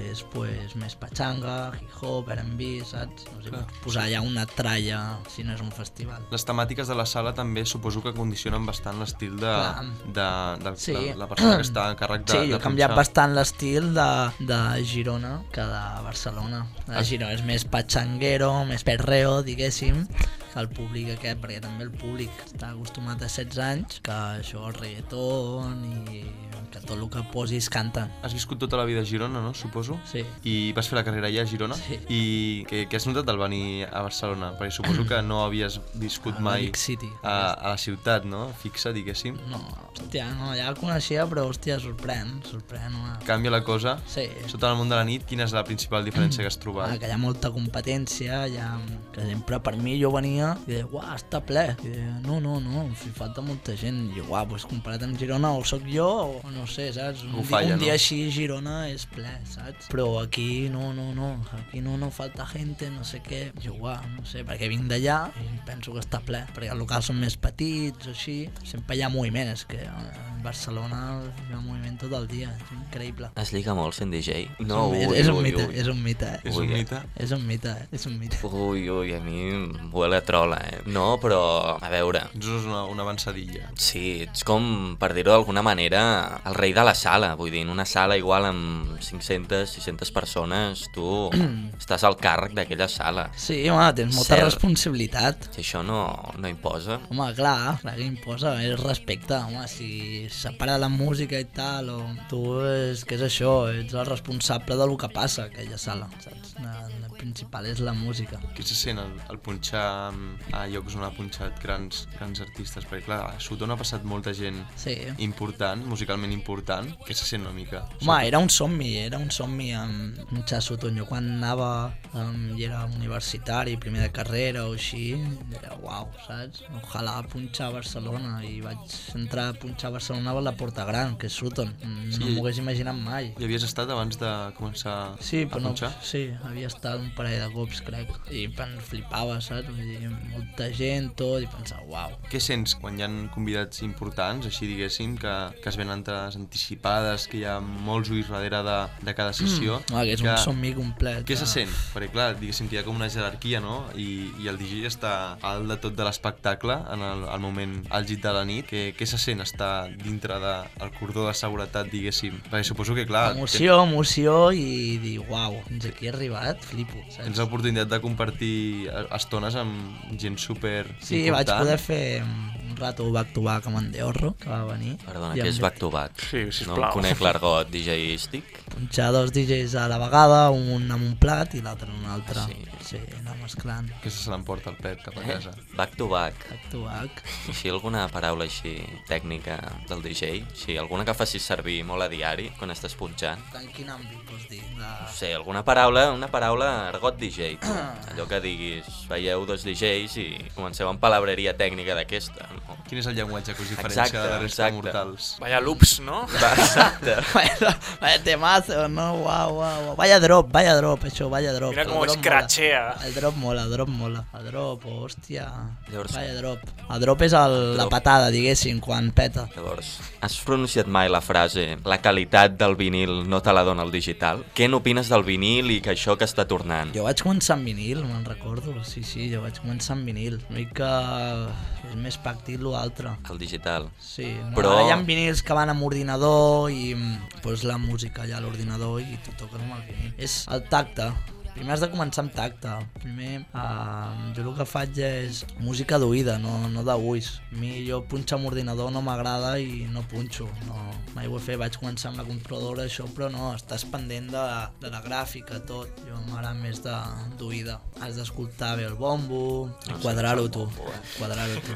[SPEAKER 3] és pues, més patxanga, hip hop, R&B saps? No sé, posar ja una tralla si no és un festival
[SPEAKER 4] Les temàtiques de la sala també suposo que condicionen bastant l'estil de,
[SPEAKER 3] Clar.
[SPEAKER 4] de, de,
[SPEAKER 3] Sí.
[SPEAKER 4] de, la persona que està en càrrec de,
[SPEAKER 3] Sí, jo
[SPEAKER 4] de
[SPEAKER 3] he canviat
[SPEAKER 4] punxar.
[SPEAKER 3] bastant l'estil de, de Girona que de Barcelona.
[SPEAKER 4] Ah.
[SPEAKER 3] De Girona és més patxanguero, més perreo, diguéssim, que el públic aquest, perquè també el públic està acostumat a 16 anys, que això, el reggaeton i que tot el que posis canten.
[SPEAKER 4] Has viscut tota la vida a Girona, no? Suposo.
[SPEAKER 3] Sí.
[SPEAKER 4] I vas fer la carrera allà a Girona?
[SPEAKER 3] Sí.
[SPEAKER 4] I què, què has notat del venir a Barcelona? Perquè suposo que no havies viscut
[SPEAKER 3] A
[SPEAKER 4] mai
[SPEAKER 3] Magic City.
[SPEAKER 4] a, a la ciutat, no? Fixa, diguéssim.
[SPEAKER 3] No, hòstia, no, ja la coneixia, però hòstia, sorprèn, sorprèn, home.
[SPEAKER 4] Canvia la cosa.
[SPEAKER 3] Sí,
[SPEAKER 4] Sota el món de la nit, quina és la principal diferència que has
[SPEAKER 3] Ah,
[SPEAKER 4] trobat?
[SPEAKER 3] que hi ha molta competència, hi ha... que sempre per mi jo venia i deia, uah, està ple. I deia, no, no, no, si falta molta gent. I jo, uah, doncs comparat amb Girona o sóc jo o no sé, saps? Un,
[SPEAKER 4] Ho
[SPEAKER 3] di-
[SPEAKER 4] falla,
[SPEAKER 3] un
[SPEAKER 4] no?
[SPEAKER 3] dia així Girona és ple, saps? Però aquí no, no, no, aquí no, no falta gent, no sé què. I jo, uah, no sé, perquè vinc d'allà i penso que està ple, perquè els locals són més petits, així. Sempre hi ha moviment, és que a Barcelona hi ha moviment tot el dia, és increïble.
[SPEAKER 1] Es lliga molt sent DJ? No,
[SPEAKER 3] és,
[SPEAKER 1] ui,
[SPEAKER 3] un- és, un
[SPEAKER 1] ui,
[SPEAKER 3] mite,
[SPEAKER 1] ui.
[SPEAKER 3] és un mite, eh?
[SPEAKER 4] És un
[SPEAKER 1] Ui, eh.
[SPEAKER 4] mite.
[SPEAKER 3] És un mite, eh? és un mite.
[SPEAKER 1] Ui, ui, a mi em huele a trola, eh? No, però, a veure,
[SPEAKER 4] Ets una, una avançadilla.
[SPEAKER 1] Sí, ets com, per dir-ho d'alguna manera, el rei de la sala. Vull dir, en una sala igual amb 500, 600 persones, tu estàs al càrrec d'aquella sala.
[SPEAKER 3] Sí, home, tens molta
[SPEAKER 1] Cert.
[SPEAKER 3] responsabilitat.
[SPEAKER 1] Si això no, no imposa...
[SPEAKER 3] Home, clar, la que imposa és respecte, home, si separa la música i tal, o tu és que és això, ets el responsable del que passa a aquella sala, saps? La, la principal és la música.
[SPEAKER 4] Què se sent el, el punxar mm, a llocs on ha punxat grans, grans artistes? Perquè, clar, a Sud on ha passat molta gent
[SPEAKER 3] Sí.
[SPEAKER 4] important, musicalment important, que se sent una mica.
[SPEAKER 3] Home, era un somni, era un somni amb un xasso tonyo. Quan anava um, i era universitari, primer de carrera o així, era uau, saps? Ojalà punxar a Barcelona i vaig entrar a punxar a Barcelona a la Porta Gran, que és Sutton. Mm,
[SPEAKER 4] Sí.
[SPEAKER 3] No m'ho hagués imaginat mai.
[SPEAKER 4] Hi havies estat abans de començar
[SPEAKER 3] Sí,
[SPEAKER 4] a
[SPEAKER 3] però no,
[SPEAKER 4] punxar?
[SPEAKER 3] sí, havia estat un parell de cops, crec, i em flipava, saps? Vull dir, molta gent, tot, i pensava, uau,
[SPEAKER 4] Què sents quan hi ha convidats importants, així diguéssim, que, que es ven entrades anticipades, que hi ha molts ulls darrere de, de cada sessió?
[SPEAKER 3] no, Mm. Ah, que és un somni complet.
[SPEAKER 4] Què se
[SPEAKER 3] ah.
[SPEAKER 4] sent? Perquè clar, diguéssim que hi ha com una jerarquia, no? I, i el DJ està al de tot de l'espectacle en el, el moment àlgid de la nit. Què, què se sent estar dintre del de, el cordó de seguretat, diguéssim? Perquè suposo que clar...
[SPEAKER 3] Emoció, emoció, i dir, uau, fins aquí he arribat, flipo, saps?
[SPEAKER 4] Tens l'oportunitat de compartir eh, estones amb gent super
[SPEAKER 3] Sí,
[SPEAKER 4] important.
[SPEAKER 3] vaig poder fer un rato back to back amb en Deorro, que va venir.
[SPEAKER 1] Perdona,
[SPEAKER 3] I
[SPEAKER 1] que
[SPEAKER 3] em
[SPEAKER 1] és
[SPEAKER 3] vaig
[SPEAKER 1] back to back.
[SPEAKER 2] Sí, sisplau.
[SPEAKER 1] No em conec l'argot DJístic.
[SPEAKER 3] Punxar dos DJs a la vegada, un amb un plat i l'altre amb un altre.
[SPEAKER 1] Ah, Sí.
[SPEAKER 3] sí anar mesclant.
[SPEAKER 4] Que se l'emporta el Pep
[SPEAKER 3] Eh?
[SPEAKER 4] cap a casa.
[SPEAKER 1] Back to back.
[SPEAKER 3] Back to back.
[SPEAKER 1] Així alguna paraula així tècnica del DJ? Sí, alguna que facis servir molt a diari quan estàs punxant?
[SPEAKER 3] En quin àmbit vols dir?
[SPEAKER 1] No
[SPEAKER 3] De...
[SPEAKER 1] sé, alguna paraula, una paraula argot DJ, tu. [CLEARS THROAT] Allò que diguis, veieu dos DJs i comenceu amb palabreria tècnica d'aquesta, no?
[SPEAKER 4] Quin és el llenguatge que us diferencia
[SPEAKER 1] Exacte,
[SPEAKER 4] de la resta de
[SPEAKER 1] exacte.
[SPEAKER 4] mortals?
[SPEAKER 2] Vaya loops, ¿no?
[SPEAKER 1] Va, Exacte.
[SPEAKER 3] [LAUGHS] Vaya, vaya temazo, no? Uau, uau, uau. Vaya drop, vaya drop, això, vaya drop.
[SPEAKER 2] Mira
[SPEAKER 3] El
[SPEAKER 2] cómo
[SPEAKER 3] drop
[SPEAKER 2] escrachea.
[SPEAKER 3] mola. El drop mola, el drop mola. El drop, oh, hòstia.
[SPEAKER 1] Llavors-
[SPEAKER 3] Vaya drop. El drop és el, la
[SPEAKER 1] drop.
[SPEAKER 3] patada, diguéssim, quan peta.
[SPEAKER 1] Llavors, has pronunciat mai la frase la qualitat del vinil no te la dona el digital? Què n'opines del vinil i que això que està tornant?
[SPEAKER 3] Jo vaig començar amb vinil, me'n recordo. Sí, sí, jo vaig començar amb vinil. Una mica... És més pactil l'altre.
[SPEAKER 1] El digital.
[SPEAKER 3] Sí,
[SPEAKER 1] Però-
[SPEAKER 3] però... hi ha vinils que van amb doncs, ordinador i mm, poses la música allà a l'ordinador i t'ho toques amb el vinil. És el tacte, Primer has de començar amb tacte. Primer, uh, jo el que faig és música d'oïda, no, no d'ulls. A mi jo punxar amb ordinador no m'agrada i no punxo. No, mai ho he fet, vaig començar amb la controladora, això, però no, estàs pendent de, de la gràfica, tot. Jo m'agrada més de- d'oïda. Has d'escoltar bé el bombo, i quadrar-ho tu, quadrar-ho tu.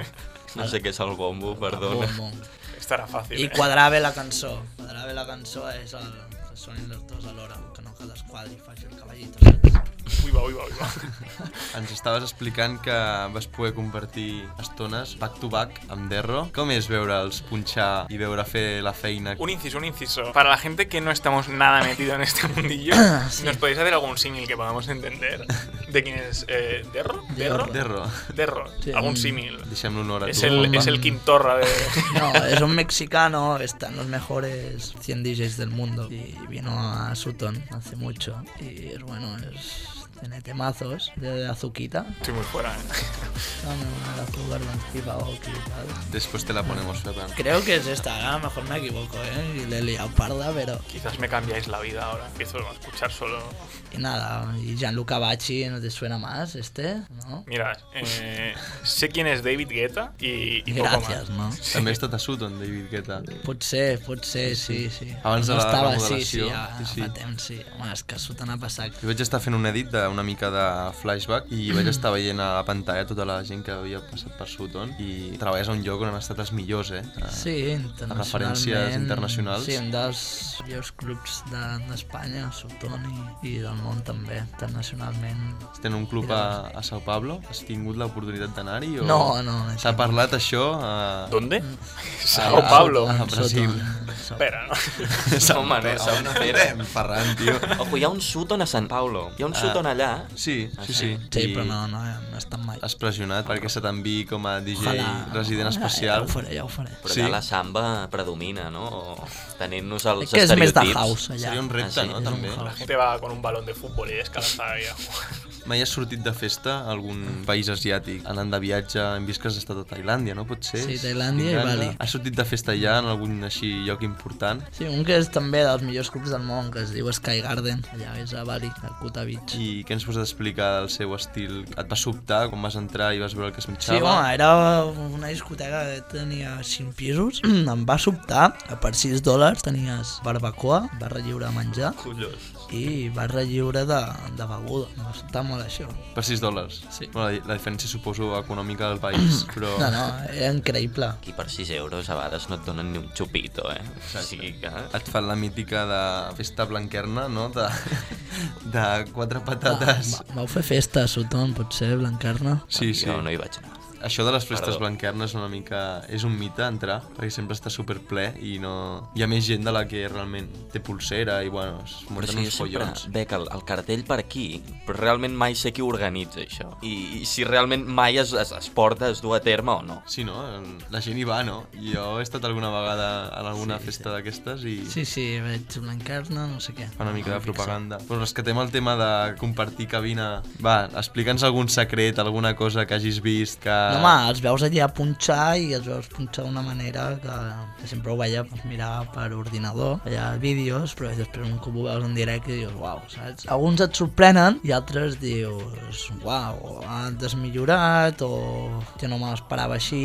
[SPEAKER 1] No sé què és el bombo, perdona.
[SPEAKER 3] Bombo.
[SPEAKER 2] Estará fácil.
[SPEAKER 3] I
[SPEAKER 2] ¿eh?
[SPEAKER 3] quadrar bé la cançó. Quadrar bé la cançó és el que sonin les dues alhora, que no que desquadri, faci el cavallito, saps?
[SPEAKER 2] Uy, va, uy, va, uy, va.
[SPEAKER 4] Ens estaves explicant que vas poder compartir estones back to back amb Derro. Com és veure'ls punxar i veure fer la feina?
[SPEAKER 2] Un inciso, un inciso. Para la gente que no estamos nada metido en este mundillo, ¿nos podéis hacer algún símil que podamos entender? ¿De quién es? Eh, ¿Derro? ¿Derro?
[SPEAKER 4] Derro, [LAUGHS]
[SPEAKER 2] Derro.
[SPEAKER 3] Sí,
[SPEAKER 2] algún
[SPEAKER 3] mm.
[SPEAKER 2] símil.
[SPEAKER 4] deixem l'honor a
[SPEAKER 2] Es
[SPEAKER 4] tu.
[SPEAKER 2] el,
[SPEAKER 3] bomba.
[SPEAKER 2] es el quintorra de...
[SPEAKER 3] No, es un mexicano, están los mejores 100 DJs del mundo y vino a Sutton hace mucho y es bueno, es... Tiene temazos de azuquita.
[SPEAKER 2] Estoy muy fuera, ¿eh?
[SPEAKER 3] Dame una de azúcar, mantequilla, o equivocado.
[SPEAKER 4] Després te la ponemos, Ferran.
[SPEAKER 3] Creo que es esta, a lo mejor me equivoco, ¿eh? Y le he liado parda, pero...
[SPEAKER 2] Quizás me cambiáis la vida ahora. Empiezo a escuchar solo...
[SPEAKER 3] Y nada, y Gianluca Bacci, ¿no te suena más este? ¿No?
[SPEAKER 2] Mira, eh, sé quién es David Guetta y, y poco
[SPEAKER 3] Gracias,
[SPEAKER 2] más.
[SPEAKER 3] ¿no?
[SPEAKER 4] També ha estat a Sutton, David Guetta.
[SPEAKER 3] Pot ser, pot ser, sí, sí.
[SPEAKER 4] Abans de
[SPEAKER 3] no
[SPEAKER 4] la
[SPEAKER 3] estava, sí, sí,
[SPEAKER 4] remodelació,
[SPEAKER 3] ja,
[SPEAKER 4] sí, sí.
[SPEAKER 3] fa temps, sí. Home, és que Sutton ha passat
[SPEAKER 4] Jo vaig estar fent un edit d'una mica de flashback i vaig estar veient a la pantalla tota la gent que havia passat per Sutton i treballes a un lloc on han estat els millors, eh? Eh,
[SPEAKER 3] Sí, internacionalment.
[SPEAKER 4] referències internacionals.
[SPEAKER 3] Sí, un dels millors clubs de- d'Espanya, de, Sotón i, i del món també, internacionalment.
[SPEAKER 4] Tenen un club a, a Sao Pablo. Has tingut l'oportunitat d'anar-hi? O...
[SPEAKER 3] No, no, no.
[SPEAKER 4] S'ha parlat això a...
[SPEAKER 2] ¿Dónde?
[SPEAKER 4] Ah,
[SPEAKER 2] Sao
[SPEAKER 4] ah,
[SPEAKER 2] Pablo.
[SPEAKER 4] ah. a Brasil.
[SPEAKER 3] ah.
[SPEAKER 2] Espera, ¿no? [LAUGHS]
[SPEAKER 1] No, [LAUGHS] home, no,
[SPEAKER 4] Sao
[SPEAKER 1] Sao
[SPEAKER 4] Pere, Ferran, tio.
[SPEAKER 1] Ojo, hi ha un Sutton a Sant Paulo. Hi ha un Sutton allà.
[SPEAKER 4] Sí, sí, sí.
[SPEAKER 3] Ah, Sí,
[SPEAKER 4] I
[SPEAKER 3] però no, no, no he estat mai.
[SPEAKER 4] Has pressionat perquè se t'enviï com a DJ resident
[SPEAKER 3] Ojalà,
[SPEAKER 4] especial.
[SPEAKER 3] Ja ho faré, ja ho faré.
[SPEAKER 1] Però
[SPEAKER 4] Sí.
[SPEAKER 1] allà la samba predomina, no? O Tenint-nos els
[SPEAKER 3] És que és més de
[SPEAKER 1] estereotips.
[SPEAKER 3] house, allà.
[SPEAKER 4] Seria un repte,
[SPEAKER 1] Ah, sí? És
[SPEAKER 4] no?
[SPEAKER 1] un
[SPEAKER 4] També.
[SPEAKER 3] house.
[SPEAKER 2] La gente va con un balón de fútbol y descalza ahí a jugar.
[SPEAKER 4] Mai has sortit de festa a algun país asiàtic? Anant de viatge, hem vist que has estat a Tailàndia, no? Pot ser?
[SPEAKER 3] Sí, Tailàndia i
[SPEAKER 4] Finlàndia.
[SPEAKER 3] Bali.
[SPEAKER 4] Has sortit de festa ja en algun així lloc important?
[SPEAKER 3] Sí, un que és també dels millors clubs del món, que es diu Sky Garden, allà és a Bali, al Kuta Beach.
[SPEAKER 4] I què ens pots explicar del seu estil? Et va sobtar quan vas entrar i vas veure el que es
[SPEAKER 3] Sí,
[SPEAKER 4] mitjava?
[SPEAKER 3] home, era una discoteca que tenia 5 pisos. [CLEARS THROAT] em va sobtar, que per 6 dòlars tenies barbacoa, barra lliure de menjar
[SPEAKER 1] Collons.
[SPEAKER 3] i barra lliure de, de beguda. Em va sobtar molt això.
[SPEAKER 4] Per 6 dòlars.
[SPEAKER 3] Sí.
[SPEAKER 4] Bueno, la, la diferència suposo econòmica del
[SPEAKER 3] [CLEARS THROAT]
[SPEAKER 4] país, però...
[SPEAKER 3] No, no, era increïble.
[SPEAKER 1] Aquí per 6 euros a vegades no et donen ni un xupito, eh? O sigui que...
[SPEAKER 4] Et fan la mítica de festa blanquerna, no? De, [LAUGHS] de quatre patates.
[SPEAKER 3] Ah, Va- Vau fer festa a Sutton, potser, Blancarna?
[SPEAKER 4] Sí, sí.
[SPEAKER 1] Jo no hi vaig anar.
[SPEAKER 4] Això de les festes
[SPEAKER 1] Perdó.
[SPEAKER 4] blanquernes una mica... És un mite entrar, perquè sempre està superple i no... Hi ha més gent de la que realment té pulsera i, bueno, es
[SPEAKER 1] Però
[SPEAKER 4] munten
[SPEAKER 1] si jo
[SPEAKER 4] uns
[SPEAKER 1] sempre
[SPEAKER 4] collons.
[SPEAKER 1] veig el, el cartell per aquí, però realment mai sé qui ho organitza, això. I, i si realment mai es, es, es porta, es du a terme o
[SPEAKER 4] [LAUGHS]
[SPEAKER 1] no.
[SPEAKER 4] Sí, no? La gent hi va, no? Jo he estat alguna vegada en alguna sí, festa d'aquestes i...
[SPEAKER 3] Sí, sí, veig Blancarna, no sé què.
[SPEAKER 4] Fa una mica de propaganda. Però rescatem el tema de compartir cabina. Va, explica'ns algun secret, alguna cosa que hagis vist que...
[SPEAKER 3] No, home, els veus allà punxar i els veus punxar d'una manera que, que sempre ho veia pues, mirar per ordinador, allà vídeos, però després un cop ho veus en directe dius, uau, saps? Alguns et sorprenen i altres dius, uau, has millorat o jo no me l'esperava així.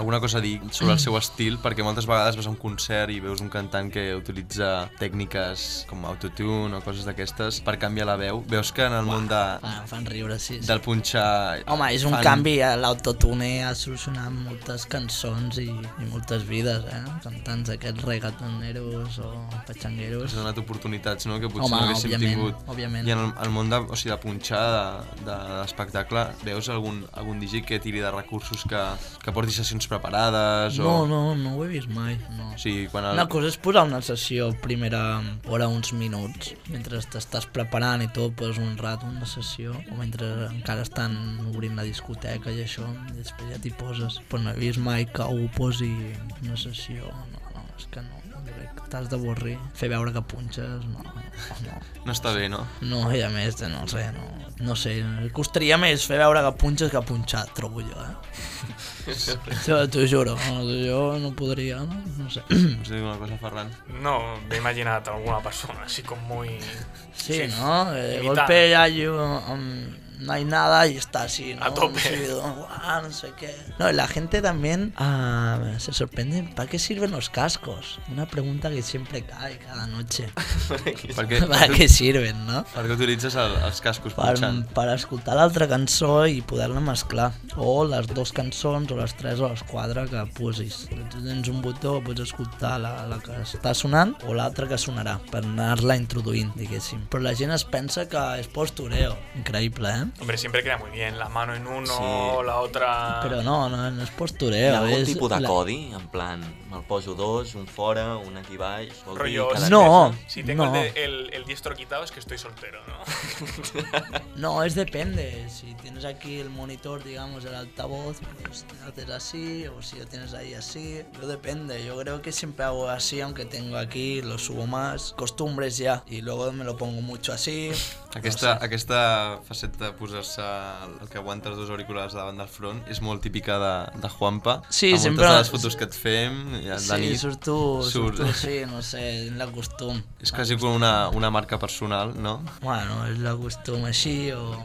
[SPEAKER 4] alguna cosa a dir sobre el seu estil, perquè moltes vegades vas a un concert i veus un cantant que utilitza tècniques com autotune o coses d'aquestes per canviar la veu. Veus que en el món de,
[SPEAKER 3] Ah, em fan riure, sí. sí.
[SPEAKER 4] del punxar...
[SPEAKER 3] Home, és un
[SPEAKER 4] fan-
[SPEAKER 3] canvi, eh? l'autotune ha solucionat moltes cançons i, i moltes vides, eh? Cantants aquests reggaetoneros o
[SPEAKER 4] Has
[SPEAKER 3] patxangueros.
[SPEAKER 4] donat oportunitats, no?, que potser
[SPEAKER 3] Home,
[SPEAKER 4] no haguéssim
[SPEAKER 3] òbviament,
[SPEAKER 4] tingut.
[SPEAKER 3] òbviament.
[SPEAKER 4] I en el, el món de, o sigui, de punxar, de, de, de l'espectacle, veus algun, algun DJ que tiri de recursos que, que porti sessions preparades?
[SPEAKER 3] No,
[SPEAKER 4] o...
[SPEAKER 3] no, no ho he vist mai, no.
[SPEAKER 4] O sigui, quan el...
[SPEAKER 3] Una cosa és posar una sessió primera hora uns minuts, mentre t'estàs preparant i tot, poses un rato una sessió, o mentre encara estan obrint la discoteca i això, i després ja t'hi poses. Però no he vist mai que algú posi una sessió, no, no, és que no, jo crec que t'has d'avorrir. Fer veure que punxes, no, no.
[SPEAKER 4] No està bé, no?
[SPEAKER 3] No, i a més, no ho sé, no, no sé, costaria més fer veure que punxes que punxar, trobo jo, eh? T'ho t'ho juro, no, jo no podria, no, no sé.
[SPEAKER 4] Us dic una cosa, Ferran.
[SPEAKER 2] No, me he imaginado a alguna persona así con muy...
[SPEAKER 3] Sí, ¿no? De
[SPEAKER 2] imitar.
[SPEAKER 3] golpe ya hay un- um, no hay nada y está así, ¿no?
[SPEAKER 2] A tope.
[SPEAKER 3] Sí, guau, no sé qué. No, y la gente también ah, se sorprende. ¿Para qué sirven los cascos? Una pregunta que siempre cae cada noche.
[SPEAKER 4] Per què,
[SPEAKER 3] [LAUGHS] ¿Para qué sirven, no?
[SPEAKER 4] per què utilitzes el, els cascos
[SPEAKER 3] Per,
[SPEAKER 4] punxant?
[SPEAKER 3] per escoltar l'altra cançó i poder-la mesclar. O les dues cançons, o les tres, o les quatre que posis. Tu tens un botó, pots escoltar la, la que està sonant o l'altra que sonarà, per anar-la introduint, diguéssim. Però la gent es pensa que és postureo. Increïble, eh?
[SPEAKER 2] Hombre, siempre queda muy bien. La mano en uno,
[SPEAKER 1] Sí.
[SPEAKER 2] la otra...
[SPEAKER 3] Però no, no, no és
[SPEAKER 1] Hi
[SPEAKER 3] postureo.
[SPEAKER 1] ha algun
[SPEAKER 3] és
[SPEAKER 1] tipus de
[SPEAKER 3] la-
[SPEAKER 1] codi? En plan, me'l poso dos, un fora, un aquí baix... vol dir
[SPEAKER 2] Rollo,
[SPEAKER 1] cada
[SPEAKER 3] No,
[SPEAKER 1] tres,
[SPEAKER 2] Si tengo
[SPEAKER 3] no.
[SPEAKER 2] el, de- el- el diestro quitado es que estoy soltero, ¿no?
[SPEAKER 3] No, es depende. Si tienes aquí el monitor, digamos, el altavoz, pues haces así, o si lo tienes ahí así. Yo depende. Yo creo que siempre hago así, aunque tengo aquí, lo subo más. Costumbres ya. Y luego me lo pongo mucho [LAUGHS] así.
[SPEAKER 4] Aquesta, aquesta faceta de posar-se el el que aguanta els dos auriculars davant del front és molt típica de, de Juanpa.
[SPEAKER 3] Sí,
[SPEAKER 4] a
[SPEAKER 3] sempre-
[SPEAKER 4] moltes de les fotos que et fem, i a la
[SPEAKER 3] Sí,
[SPEAKER 4] nit,
[SPEAKER 3] surto,
[SPEAKER 4] Sur-
[SPEAKER 3] surto, sí, no sé, es la costumbre.
[SPEAKER 4] és quasi com una, una marca personal, no?
[SPEAKER 3] Ah, Bueno, es la costumbre así o,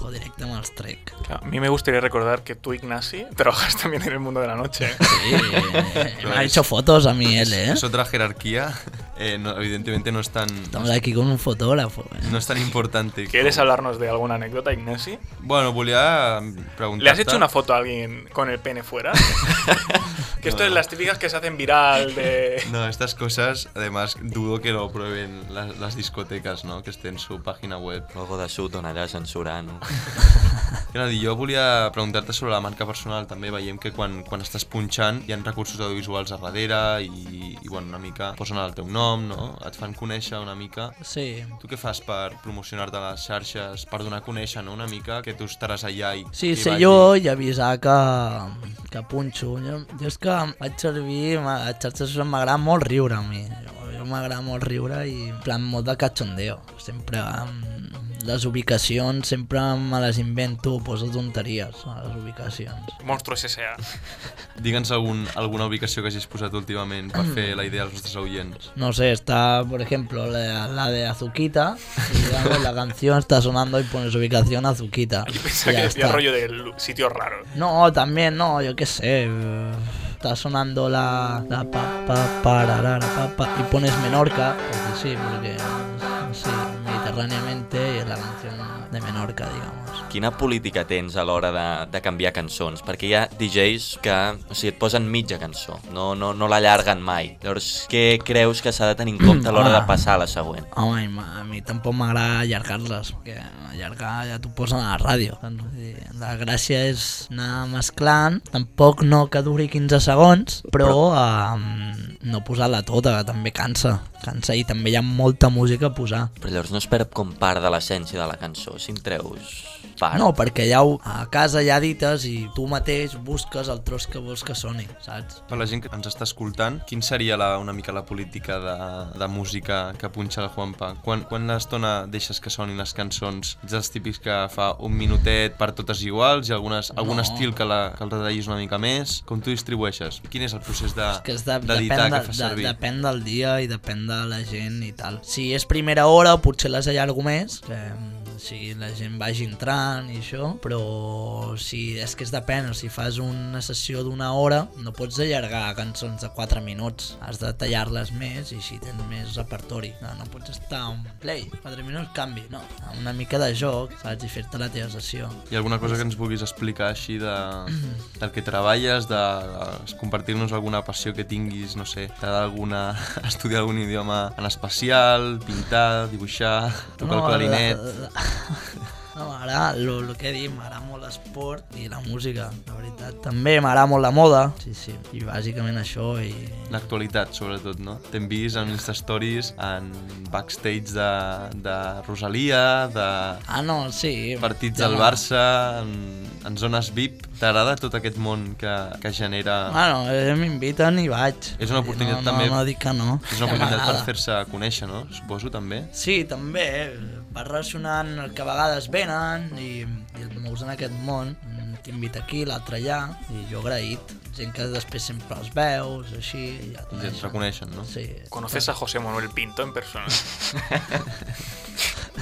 [SPEAKER 3] o directo amb els trec.
[SPEAKER 2] a mí me gustaría recordar que tú, Ignasi, [LAUGHS] trabajas también en el mundo de la noche.
[SPEAKER 3] Sí, [LAUGHS] pues me ha hecho fotos a mí él, eh.
[SPEAKER 4] És otra jerarquia, [LAUGHS] eh, no, evidentemente no és tan...
[SPEAKER 3] Estamos aquí con un fotógrafo, eh.
[SPEAKER 4] No és tan importante.
[SPEAKER 2] ¿Quieres
[SPEAKER 3] Oh.
[SPEAKER 2] hablarnos de alguna anécdota, Ignasi?
[SPEAKER 4] Bueno, volia preguntar
[SPEAKER 2] ¿Le has hecho una foto a alguien con el pene fuera? que esto es las típicas que se hacen viral
[SPEAKER 4] [LAUGHS]
[SPEAKER 2] de...
[SPEAKER 4] No, estas cosas, además, dudo que lo prueben las, las discotecas, ¿no? Que esté en su página web.
[SPEAKER 1] Logo de sud on allà censurant. no?
[SPEAKER 4] Genadi, jo volia preguntar-te sobre la marca personal. També veiem que quan, quan estàs punxant hi ha recursos audiovisuals a darrere i, i bueno, una mica posen el teu nom, no? Et fan conèixer una mica.
[SPEAKER 3] Sí,
[SPEAKER 4] Tu què fas per promocionar-te a les xarxes, per donar a conèixer no? una mica que tu estaràs allà i
[SPEAKER 3] Sí,
[SPEAKER 4] que
[SPEAKER 3] sé
[SPEAKER 4] vagi-
[SPEAKER 3] jo i avisar ah, que, que punxo. Jo, jo és que vaig servir, ma- a xarxes socials m'agrada molt riure a mi. Jo, jo m'agrada molt riure i en plan molt de cachondeo. Sempre amb les ubicacions sempre me les invento, poso tonteries a les ubicacions.
[SPEAKER 2] Monstruos S.A.
[SPEAKER 4] Digue'ns algun, alguna ubicació que hagis posat últimament
[SPEAKER 3] [CLEARS THROAT]
[SPEAKER 4] per fer la idea als nostres oients.
[SPEAKER 3] No sé, está, por ejemplo, la, la de Azuquita, y digamos, la canción está sonando y pones ubicación Azuquita.
[SPEAKER 2] [LAUGHS] Yo pensaba
[SPEAKER 3] Ya
[SPEAKER 2] que
[SPEAKER 3] está.
[SPEAKER 2] decía rollo del sitio raro.
[SPEAKER 3] No, también no, yo qué sé. eh, Está sonando la, la pa pa pararara, pa, pa, y pones Menorca, porque sí, porque sí, mediterráneamente y es la canción de Menorca, digamos.
[SPEAKER 1] Quina política tens a l'hora de, de canviar cançons? Perquè hi ha DJs que o sigui, et posen mitja cançó, no, no, no l'allarguen mai. Llavors, què creus que s'ha de tenir en compte a l'hora de
[SPEAKER 3] Home.
[SPEAKER 1] passar a la següent?
[SPEAKER 3] Home, i ma- a mi tampoc m'agrada allargar-les, perquè allargar ja t'ho posen a la ràdio. Doncs, vull dir, La gràcia és anar mesclant, tampoc no que duri 15 segons, però eh, no posar-la tota, que també cansa. Cansa i també hi ha molta música a posar.
[SPEAKER 1] Però llavors no es perd com part de l'essència de la cançó, si en treus part.
[SPEAKER 3] No, perquè ja ho, a casa ja dites i tu mateix busques el tros que vols que soni, saps?
[SPEAKER 4] Per la gent que ens està escoltant, quin seria la, una mica la política de, de música que punxa el Juanpa? Quan, quan l'estona deixes que sonin les cançons? Ets dels típics que fa un minutet per totes iguals i algunes, algun
[SPEAKER 3] No.
[SPEAKER 4] estil que, la, que el retallis una mica més? Com tu distribueixes? Quin és el procés de-
[SPEAKER 3] Que és de,
[SPEAKER 4] d'editar
[SPEAKER 3] depèn,
[SPEAKER 4] de,
[SPEAKER 3] de,
[SPEAKER 4] que fas
[SPEAKER 3] de,
[SPEAKER 4] servir? De,
[SPEAKER 3] depèn del dia i depèn de la gent i tal. Si és primera hora, potser les allargo més, que, mm, si la gent vagi entrant i això, però si és que és depèn, o si fas una sessió d'una hora, no pots allargar cançons de 4 minuts, has de tallar-les més i així tens més repertori. No, no pots estar un play, 4 minuts, canvi, no. Una mica de joc, saps? I fer-te la teva sessió.
[SPEAKER 4] Hi ha alguna cosa que ens vulguis explicar així de, del que treballes, de, de compartir-nos alguna passió que tinguis, no sé, d'alguna [LAUGHS] estudiar algun
[SPEAKER 3] eh,
[SPEAKER 4] idioma en especial, pintar, dibuixar, tocar el clarinet...
[SPEAKER 3] No, m'agrada lo, lo que he dit, m'agrada molt l'esport i la música, la veritat. També m'agrada molt la moda, sí, sí, i bàsicament això i...
[SPEAKER 4] L'actualitat, sobretot, no? T'hem vist en Insta Stories, en backstage de, de Rosalia, de
[SPEAKER 3] Ah, no, sí.
[SPEAKER 4] partits
[SPEAKER 3] ja
[SPEAKER 4] del
[SPEAKER 3] m'agrada.
[SPEAKER 4] Barça, en, en zones VIP. T'agrada tot aquest món que, que genera...
[SPEAKER 3] Bueno, eh, m'inviten i vaig.
[SPEAKER 4] És una
[SPEAKER 3] Vull dir,
[SPEAKER 4] oportunitat
[SPEAKER 3] no,
[SPEAKER 4] també-
[SPEAKER 3] No, no dic que no.
[SPEAKER 4] És una oportunitat per
[SPEAKER 3] M'agrada.
[SPEAKER 4] fer-se conèixer, no? Suposo, també.
[SPEAKER 3] Sí, també, eh, vas relacionant el que a vegades venen i, i et mous en aquest món. Un T'invita aquí, l'altre allà, i jo agraït. Gent que després sempre els veus, així, i ja et
[SPEAKER 4] I et reconeixen, no?
[SPEAKER 3] Sí.
[SPEAKER 2] ¿Conoces a José Manuel Pinto en [LAUGHS] persona?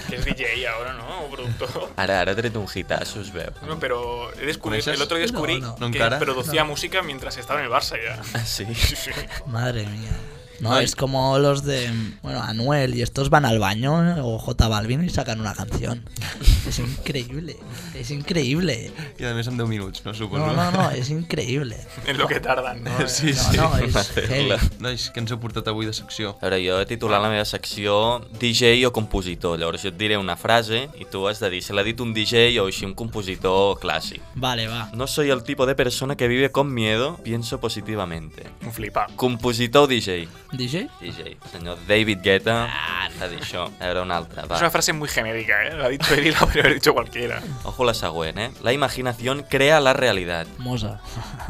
[SPEAKER 2] que es DJ ahora, ¿no? O productor.
[SPEAKER 1] Ara, ara ha tret un hitasso, es veu.
[SPEAKER 2] No, pero he descubierto,
[SPEAKER 4] ¿Conoces?
[SPEAKER 2] el otro día descubrí
[SPEAKER 3] No,
[SPEAKER 4] no. ¿No
[SPEAKER 2] que
[SPEAKER 4] encara?
[SPEAKER 2] producía música mientras estaba en el Barça [LAUGHS] ya.
[SPEAKER 1] Ah, sí.
[SPEAKER 2] Sí, sí.
[SPEAKER 3] Madre mía. No,
[SPEAKER 4] Ay.
[SPEAKER 3] es como los de, bueno, Anuel y estos van al baño eh, o J Balvin y sacan una canción. Es increíble, es increíble.
[SPEAKER 4] I a més en 10 minuts, no? Suposo.
[SPEAKER 3] No, no, no, es increíble.
[SPEAKER 2] Es lo que tardan, [LAUGHS] ¿no?
[SPEAKER 4] Sí,
[SPEAKER 3] No,
[SPEAKER 4] sí.
[SPEAKER 3] no, es
[SPEAKER 1] Madre
[SPEAKER 3] heavy.
[SPEAKER 1] mía.
[SPEAKER 4] [LAUGHS] Nois, què ens heu portat avui de secció?
[SPEAKER 1] A veure, jo he titulat la meva secció DJ o compositor. Llavors jo et diré una frase i tu has de dir si l'ha dit un DJ o així un compositor clàssic.
[SPEAKER 3] Vale, va.
[SPEAKER 1] No soy el tipo de persona que vive con miedo, pienso positivamente.
[SPEAKER 2] Un flipado.
[SPEAKER 1] Compositor o DJ?
[SPEAKER 3] ¿DJ?
[SPEAKER 1] DJ. Senyor David Guetta ha dit això. A veure, una altra,
[SPEAKER 2] Es una
[SPEAKER 1] va.
[SPEAKER 2] frase muy genérica, ¿eh? Lo ha dicho él y lo podría haber dicho cualquiera.
[SPEAKER 1] Ojo la següent, eh? La imaginación crea la realidad.
[SPEAKER 3] [LAUGHS] Mosa,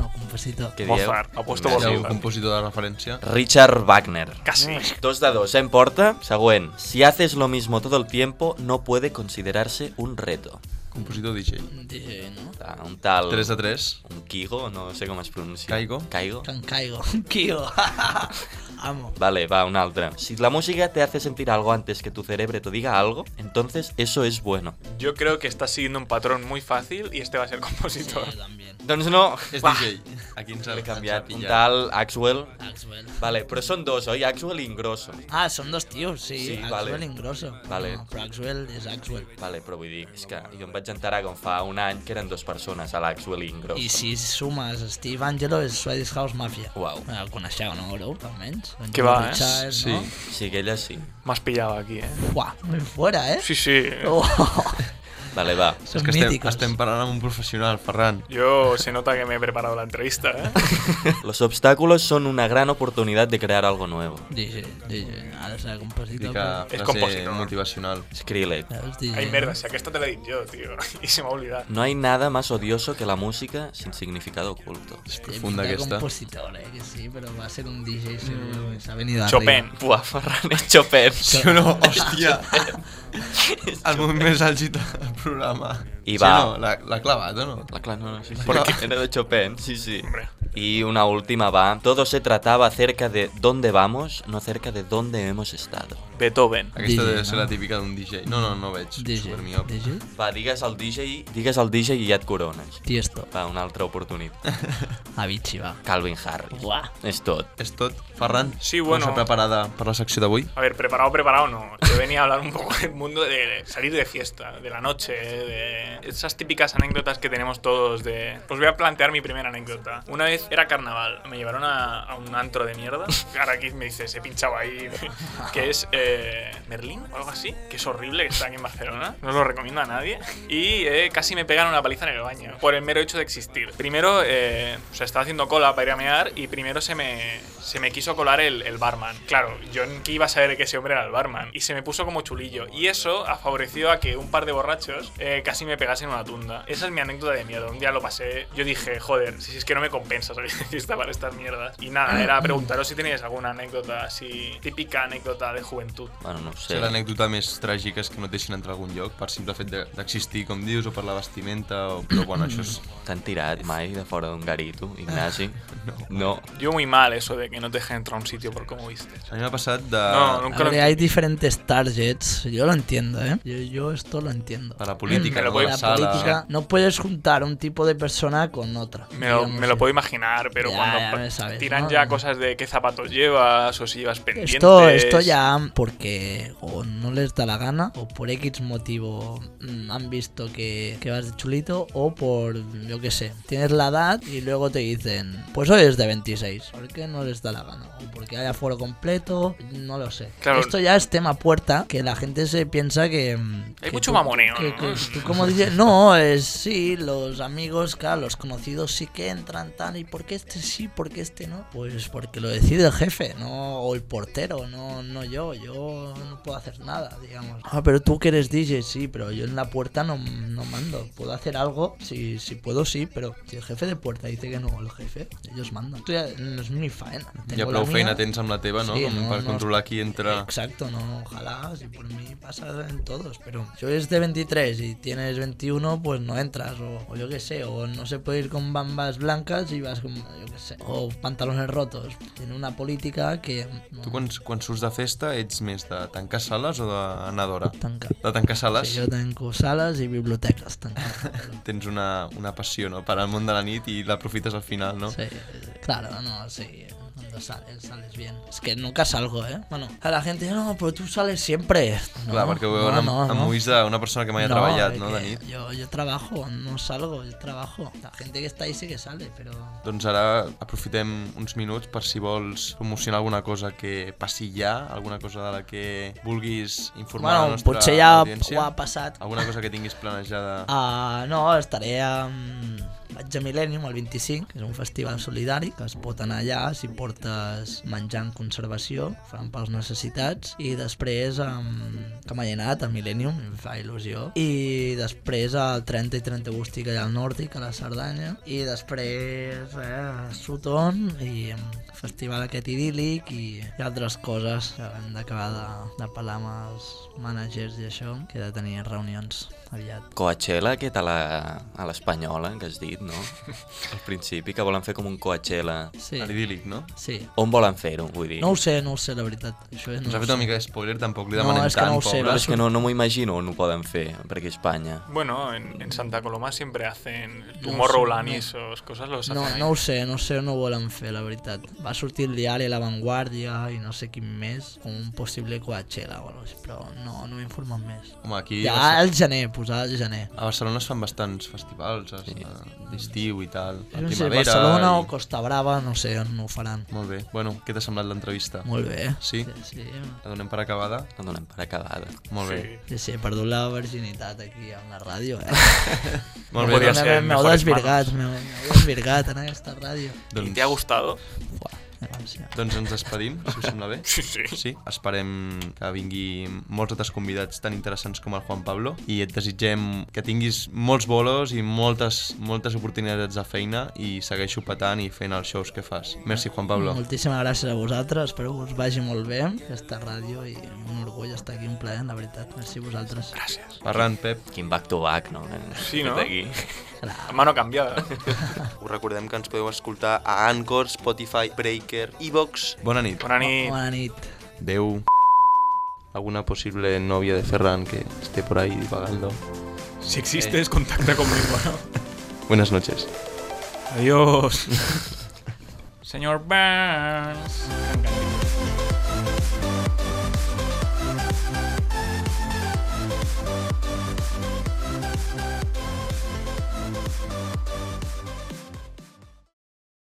[SPEAKER 3] o composito.
[SPEAKER 1] Què
[SPEAKER 2] Mozart, ha puesto
[SPEAKER 4] Hi ha
[SPEAKER 1] Merci.
[SPEAKER 4] un
[SPEAKER 2] Mozart.
[SPEAKER 4] compositor de referència?
[SPEAKER 1] Richard Wagner.
[SPEAKER 2] Casi.
[SPEAKER 1] Dos de dos, eh, en porta. Següent. Si haces lo mismo todo el tiempo, no puede considerarse un reto.
[SPEAKER 4] Compositor DJ.
[SPEAKER 3] DJ, ¿no?
[SPEAKER 1] Ta- Un tal...
[SPEAKER 4] 3 de 3.
[SPEAKER 1] Un Kigo, no sé com es pronuncia.
[SPEAKER 4] Caigo.
[SPEAKER 1] Caigo.
[SPEAKER 3] Can caigo, [LAUGHS] Kio. Amo.
[SPEAKER 1] Vale, va, una altra. Si la música te hace sentir algo antes que tu cerebro te diga algo, entonces eso es bueno.
[SPEAKER 2] Yo creo que estás siguiendo un patrón muy fácil y este va a ser compositor.
[SPEAKER 3] Yo también.
[SPEAKER 1] Doncs no.
[SPEAKER 4] És
[SPEAKER 1] Va.
[SPEAKER 4] DJ. Aquí ens ha,
[SPEAKER 1] L'he
[SPEAKER 4] ens ha
[SPEAKER 1] canviat. Un
[SPEAKER 4] pillat.
[SPEAKER 1] tal Axwell.
[SPEAKER 3] Axwell.
[SPEAKER 1] Vale, però són dos, oi? Axwell i Ingrosso.
[SPEAKER 3] Ah, son dos tíos, sí.
[SPEAKER 1] Sí,
[SPEAKER 3] Axwell
[SPEAKER 1] vale.
[SPEAKER 3] Ingrosso.
[SPEAKER 1] Vale.
[SPEAKER 3] No, però Axwell és Axwell.
[SPEAKER 1] Vale, però vull dir, és que jo em vaig enterar com fa un any que eren dos persones, a l'Axwell i Ingrosso.
[SPEAKER 3] I si sumes Steve Angelo és Swedish House Mafia.
[SPEAKER 1] Uau.
[SPEAKER 3] El coneixeu, no, bro? Almenys.
[SPEAKER 2] Que va, eh?
[SPEAKER 3] Richards,
[SPEAKER 4] Sí.
[SPEAKER 3] No?
[SPEAKER 1] Sí, que ella sí.
[SPEAKER 2] Más pillado aquí, ¿eh?
[SPEAKER 3] Uah, muy fuera, eh? [LAUGHS]
[SPEAKER 2] Sí, sí.
[SPEAKER 3] Oh,
[SPEAKER 1] Vale, va. [LAUGHS]
[SPEAKER 3] són
[SPEAKER 4] És que este- em- estem,
[SPEAKER 3] míticos.
[SPEAKER 4] estem parlant amb un professional, Ferran.
[SPEAKER 2] Yo se nota que me he preparado la entrevista, ¿eh?
[SPEAKER 1] Los obstáculos son una gran oportunidad de crear algo nuevo.
[SPEAKER 3] DJ, DJ. Ara serà compositor.
[SPEAKER 4] Dica
[SPEAKER 2] És
[SPEAKER 4] frase
[SPEAKER 2] compositor.
[SPEAKER 4] motivacional.
[SPEAKER 1] Skrillex.
[SPEAKER 3] Però... Veus, DJ,
[SPEAKER 2] Ay,
[SPEAKER 3] no?
[SPEAKER 2] merda, si que esta te la he dicho yo, tío. [LAUGHS] Y se me ha olvidado.
[SPEAKER 1] No hay nada más odioso que la música sin significado oculto.
[SPEAKER 4] És
[SPEAKER 3] Té pinta
[SPEAKER 4] profunda
[SPEAKER 3] de
[SPEAKER 4] aquesta.
[SPEAKER 3] compositor, eh? Que sí, però va ser un DJ seguro. Mm. S'ha venido arriba.
[SPEAKER 2] Chopin.
[SPEAKER 1] Buah, Ferran és Chopin.
[SPEAKER 4] Sí o no?
[SPEAKER 3] [LAUGHS]
[SPEAKER 4] Hòstia! El moment més àlgid del programa.
[SPEAKER 1] I
[SPEAKER 4] Sí
[SPEAKER 1] va.
[SPEAKER 4] o no? L'ha- L'ha clavat o no?
[SPEAKER 1] La clar, no, no, sí, sí.
[SPEAKER 4] No.
[SPEAKER 1] Era de Chopin, sí, sí.
[SPEAKER 2] Hombre.
[SPEAKER 1] Y una última va. Todo se trataba cerca de dónde vamos, no cerca de dónde hemos estado.
[SPEAKER 2] Beethoven.
[SPEAKER 4] Aquesta
[SPEAKER 3] DJ,
[SPEAKER 4] deu ser
[SPEAKER 3] no?
[SPEAKER 4] la típica d'un DJ. No, no, no veig.
[SPEAKER 3] DJ.
[SPEAKER 4] Supermiop.
[SPEAKER 3] DJ?
[SPEAKER 1] Va, digues al DJ, digues al DJ i ja et corones.
[SPEAKER 3] Tiesto.
[SPEAKER 1] Va, una altra oportunitat. [LAUGHS]
[SPEAKER 3] Avicii, va.
[SPEAKER 1] Calvin Harris.
[SPEAKER 3] Buah.
[SPEAKER 1] És tot.
[SPEAKER 4] És tot. Ferran,
[SPEAKER 2] Sí,
[SPEAKER 4] com
[SPEAKER 2] bueno.
[SPEAKER 4] s'ha preparada per la secció d'avui?
[SPEAKER 2] A ver, preparado, preparado no. Yo venía a hablar un poco del mundo de salir de fiesta, de la noche, de esas típicas anécdotas que tenemos todos de... Os voy a plantear mi primera anécdota. Una vez era carnaval, me llevaron a, a un antro de mierda. Ahora aquí me dice, se pinchaba ahí, que es eh, Merlín o algo así, que es horrible, que está aquí en Barcelona. No os lo recomiendo a nadie. Y eh, casi me pegaron una paliza en el baño, por el mero hecho de existir. Primero, eh, o sea, estaba haciendo cola para ir a mear y primero se me, se me quiso colar el, el barman. Claro, yo que iba a saber que ese hombre era el barman. Y se me puso como chulillo. Y eso ha favorecido a que un par de borrachos eh, casi me pegasen una tunda. Esa es mi anécdota de miedo. Un día lo pasé, yo dije, joder, si es [LAUGHS] que no me compensa salir de fiesta para estas mierdas. Y nada, era preguntaros si teníais alguna anécdota así, típica anécdota de juventud.
[SPEAKER 1] Bueno, no ho
[SPEAKER 4] Sí.
[SPEAKER 1] sé.
[SPEAKER 4] L'anècdota més tràgica és que no et deixin entrar a algun lloc per simple fet de- d'existir, com dius, o per la vestimenta, o... però bueno, això és...
[SPEAKER 3] Mm.
[SPEAKER 1] T'han tirat mai de fora d'un
[SPEAKER 2] [LAUGHS]
[SPEAKER 1] garito, Ignasi? No.
[SPEAKER 2] Yo muy mal eso de que no te dejen entrar a un sitio por cómo vistes.
[SPEAKER 4] A mi m'ha passat de...
[SPEAKER 2] No,
[SPEAKER 3] A
[SPEAKER 2] nunca lo
[SPEAKER 3] ver, hay
[SPEAKER 2] entendí.
[SPEAKER 3] diferentes targets. Yo lo entiendo, ¿eh? Yo, yo esto lo entiendo.
[SPEAKER 4] Per la política,
[SPEAKER 2] Me lo
[SPEAKER 4] no?
[SPEAKER 2] voy-
[SPEAKER 4] la
[SPEAKER 3] la
[SPEAKER 4] sala...
[SPEAKER 3] política. No puedes juntar un tipo de persona con otra.
[SPEAKER 2] Me lo,
[SPEAKER 3] digamos
[SPEAKER 2] me lo
[SPEAKER 3] así.
[SPEAKER 2] puedo imaginar, pero
[SPEAKER 3] Ya,
[SPEAKER 2] cuando
[SPEAKER 3] ya
[SPEAKER 2] pa-
[SPEAKER 3] me sabes,
[SPEAKER 2] tiran
[SPEAKER 3] ¿no?
[SPEAKER 2] ya cosas de qué zapatos llevas o si llevas pendientes.
[SPEAKER 3] Esto, esto ya porque o no les da la gana o por X motivo mm, han visto que, que vas de chulito o por, yo qué sé, tienes la edad y luego te dicen, pues hoy es de 26, porque no les da la gana o porque hay aforo completo, no lo sé.
[SPEAKER 2] Claro.
[SPEAKER 3] Esto ya es tema puerta que la gente se piensa pasa que... mm, que
[SPEAKER 2] mucho
[SPEAKER 3] tú-
[SPEAKER 2] mamoneo,
[SPEAKER 3] que- que
[SPEAKER 2] ¿no? [LAUGHS]
[SPEAKER 3] tú como dices, no, es, sí, los amigos, claro, los conocidos sí que entran tan, ¿y por qué este sí, por qué este no? Pues porque lo decide el jefe, ¿no? O el portero, no, no yo, yo no puedo hacer nada, digamos. Ah, pero tú que eres DJ, sí, pero yo en la puerta no, no mando. Puedo hacer algo, si, si puedo, sí, pero si el jefe de puerta dice que no, el jefe, ellos mandan. Tú ya, no es mi faena.
[SPEAKER 4] Ja
[SPEAKER 3] tengo la
[SPEAKER 4] prou feina
[SPEAKER 3] mía.
[SPEAKER 4] tens amb la teva, no?
[SPEAKER 3] Sí,
[SPEAKER 4] Com
[SPEAKER 3] no,
[SPEAKER 4] per
[SPEAKER 3] no.
[SPEAKER 4] controlar qui entra...
[SPEAKER 3] Exacto, no, ojalá, si por mí pasa en todos, pero si eres de 23 y tienes 21, pues no entras, o, o yo qué sé, o no se puede ir con bambas blancas y vas con, yo qué sé, o pantalones rotos. Tiene una política que... No,
[SPEAKER 4] Tu quan, quan surts de festa ets més de tancar sales o d'anar d'hora?
[SPEAKER 3] tanca.
[SPEAKER 4] De tancar sales?
[SPEAKER 3] Sí, yo tengo salas y bibliotecas tancadas.
[SPEAKER 4] Tens una, una passió no? per al món de la nit i l'aprofites al final, no?
[SPEAKER 3] Sí, claro, no, sí. Cuando sales, sales bien. Es que nunca salgo, ¿eh? Bueno, a la gente, no, pero tú sales siempre. No,
[SPEAKER 4] Clar, perquè ho
[SPEAKER 3] no,
[SPEAKER 4] veuen amb,
[SPEAKER 3] no,
[SPEAKER 4] amb
[SPEAKER 3] no.
[SPEAKER 4] ulls d'una persona que mai ha treballat, no, de
[SPEAKER 3] que
[SPEAKER 4] nit.
[SPEAKER 3] Yo, yo trabajo, no salgo, yo trabajo. La gente que está ahí sí que sale, pero.
[SPEAKER 4] Doncs ara aprofitem uns minuts per si vols promocionar alguna cosa que passi ja, alguna cosa de la que vulguis informar a la
[SPEAKER 3] Bueno,
[SPEAKER 4] nostra
[SPEAKER 3] potser ja
[SPEAKER 4] audiència.
[SPEAKER 3] ho ha passat.
[SPEAKER 4] Alguna cosa que tinguis planejada...
[SPEAKER 3] Ah, no, estaré a... mm, Vaig a Millennium el 25, que és un festival solidari, que es pot anar allà si portes menjar en conservació, faran pels necessitats, i després amb... que m'ha llenat a Millennium, em fa il·lusió, i després al 30 i 31 estic allà al Nòrdic, a la Cerdanya, i després eh, a Sutton, i mm, festival aquest idíl·lic i, i altres coses que hem d'acabar de, de parlar amb els managers i això, que he de tenir reunions aviat.
[SPEAKER 1] Coachella, aquest a la- a l'espanyola, que has dit, no? Al principi, que volen fer com un Coachella.
[SPEAKER 3] Sí,
[SPEAKER 4] L'idíl·lic, no?
[SPEAKER 3] sí.
[SPEAKER 1] On volen fer-ho, vull dir?
[SPEAKER 3] No ho sé, no ho sé, la veritat. Això eh, no
[SPEAKER 4] Ens ha
[SPEAKER 3] ho
[SPEAKER 4] fet
[SPEAKER 3] sé.
[SPEAKER 4] una mica de spoiler, tampoc li
[SPEAKER 3] No,
[SPEAKER 4] demanem
[SPEAKER 3] és que
[SPEAKER 4] tant,
[SPEAKER 3] no ho sé,
[SPEAKER 1] Però
[SPEAKER 4] pobre.
[SPEAKER 1] és que no, no m'ho imagino on ho poden fer, perquè Espanya.
[SPEAKER 2] Bueno, en, en Santa Coloma siempre hacen el
[SPEAKER 3] No,
[SPEAKER 2] Tomorrowland
[SPEAKER 3] sí,
[SPEAKER 2] y
[SPEAKER 3] no.
[SPEAKER 2] esas cosas, los
[SPEAKER 3] No,
[SPEAKER 2] hacen
[SPEAKER 3] no
[SPEAKER 2] ahí.
[SPEAKER 3] ho
[SPEAKER 4] eh?
[SPEAKER 3] sé, no sé on ho volen fer, la veritat. Va sortir el diari La Vanguardia i no sé quin més, com un possible Coachella o alguna cosa així, però no, no m'he informat més.
[SPEAKER 4] Home, aquí
[SPEAKER 3] Ja
[SPEAKER 4] a,
[SPEAKER 3] al gener, posada al gener.
[SPEAKER 4] Barce- a Barcelona es fan bastants festivals es- eh, d'estiu i tal. A
[SPEAKER 3] No sé,
[SPEAKER 4] primavera...
[SPEAKER 3] Barcelona
[SPEAKER 4] i-
[SPEAKER 3] o Costa Brava, no sé on ho faran.
[SPEAKER 4] Molt bé. Bueno, què t'ha semblat l'entrevista?
[SPEAKER 3] Molt bé.
[SPEAKER 4] Sí?
[SPEAKER 3] Sí,
[SPEAKER 4] La donem per acabada?
[SPEAKER 1] La donem per acabada.
[SPEAKER 4] Molt bé.
[SPEAKER 2] Sí.
[SPEAKER 3] sí, sí, he perdut la virginitat aquí amb la ràdio, eh?
[SPEAKER 4] Molt
[SPEAKER 2] No
[SPEAKER 4] bé,
[SPEAKER 2] podia
[SPEAKER 4] doncs,
[SPEAKER 2] ser. en
[SPEAKER 3] M'heu
[SPEAKER 2] mejores
[SPEAKER 3] desvirgat, m'heu m'heu desvirgat en aquesta ràdio.
[SPEAKER 2] ¿Y te ha
[SPEAKER 4] doncs,
[SPEAKER 2] gustado?
[SPEAKER 3] Buah, sí.
[SPEAKER 4] doncs ens despedim, si us sembla bé.
[SPEAKER 2] Sí, sí.
[SPEAKER 4] Sí, esperem que vingui molts altres convidats tan interessants com el Juan Pablo i et desitgem que tinguis molts bolos i moltes, moltes oportunitats de feina i segueixo petant i fent els shows que fas. Merci, Juan Pablo.
[SPEAKER 3] Moltíssimes gràcies a vosaltres, espero que us vagi molt bé aquesta ràdio i un orgull estar aquí, un plaer, la veritat. Merci a vosaltres.
[SPEAKER 2] Gracias.
[SPEAKER 4] Parlant, Pep.
[SPEAKER 1] Quin back to back, no?
[SPEAKER 2] Sí, no?
[SPEAKER 1] Fet Aquí.
[SPEAKER 2] A mano
[SPEAKER 3] [LAUGHS]
[SPEAKER 2] cambiada.
[SPEAKER 5] Us recordem que ens podeu escoltar a Anchor, Spotify, Breaker, Evox...
[SPEAKER 4] Bona nit.
[SPEAKER 2] Bona nit.
[SPEAKER 3] Bona nit.
[SPEAKER 4] Adeu. Alguna posible novia de Ferran que esté por ahí divagando.
[SPEAKER 2] Si existes, contacta conmigo.
[SPEAKER 4] Buenas noches.
[SPEAKER 2] [LAUGHS] Adiós. Señor Burns.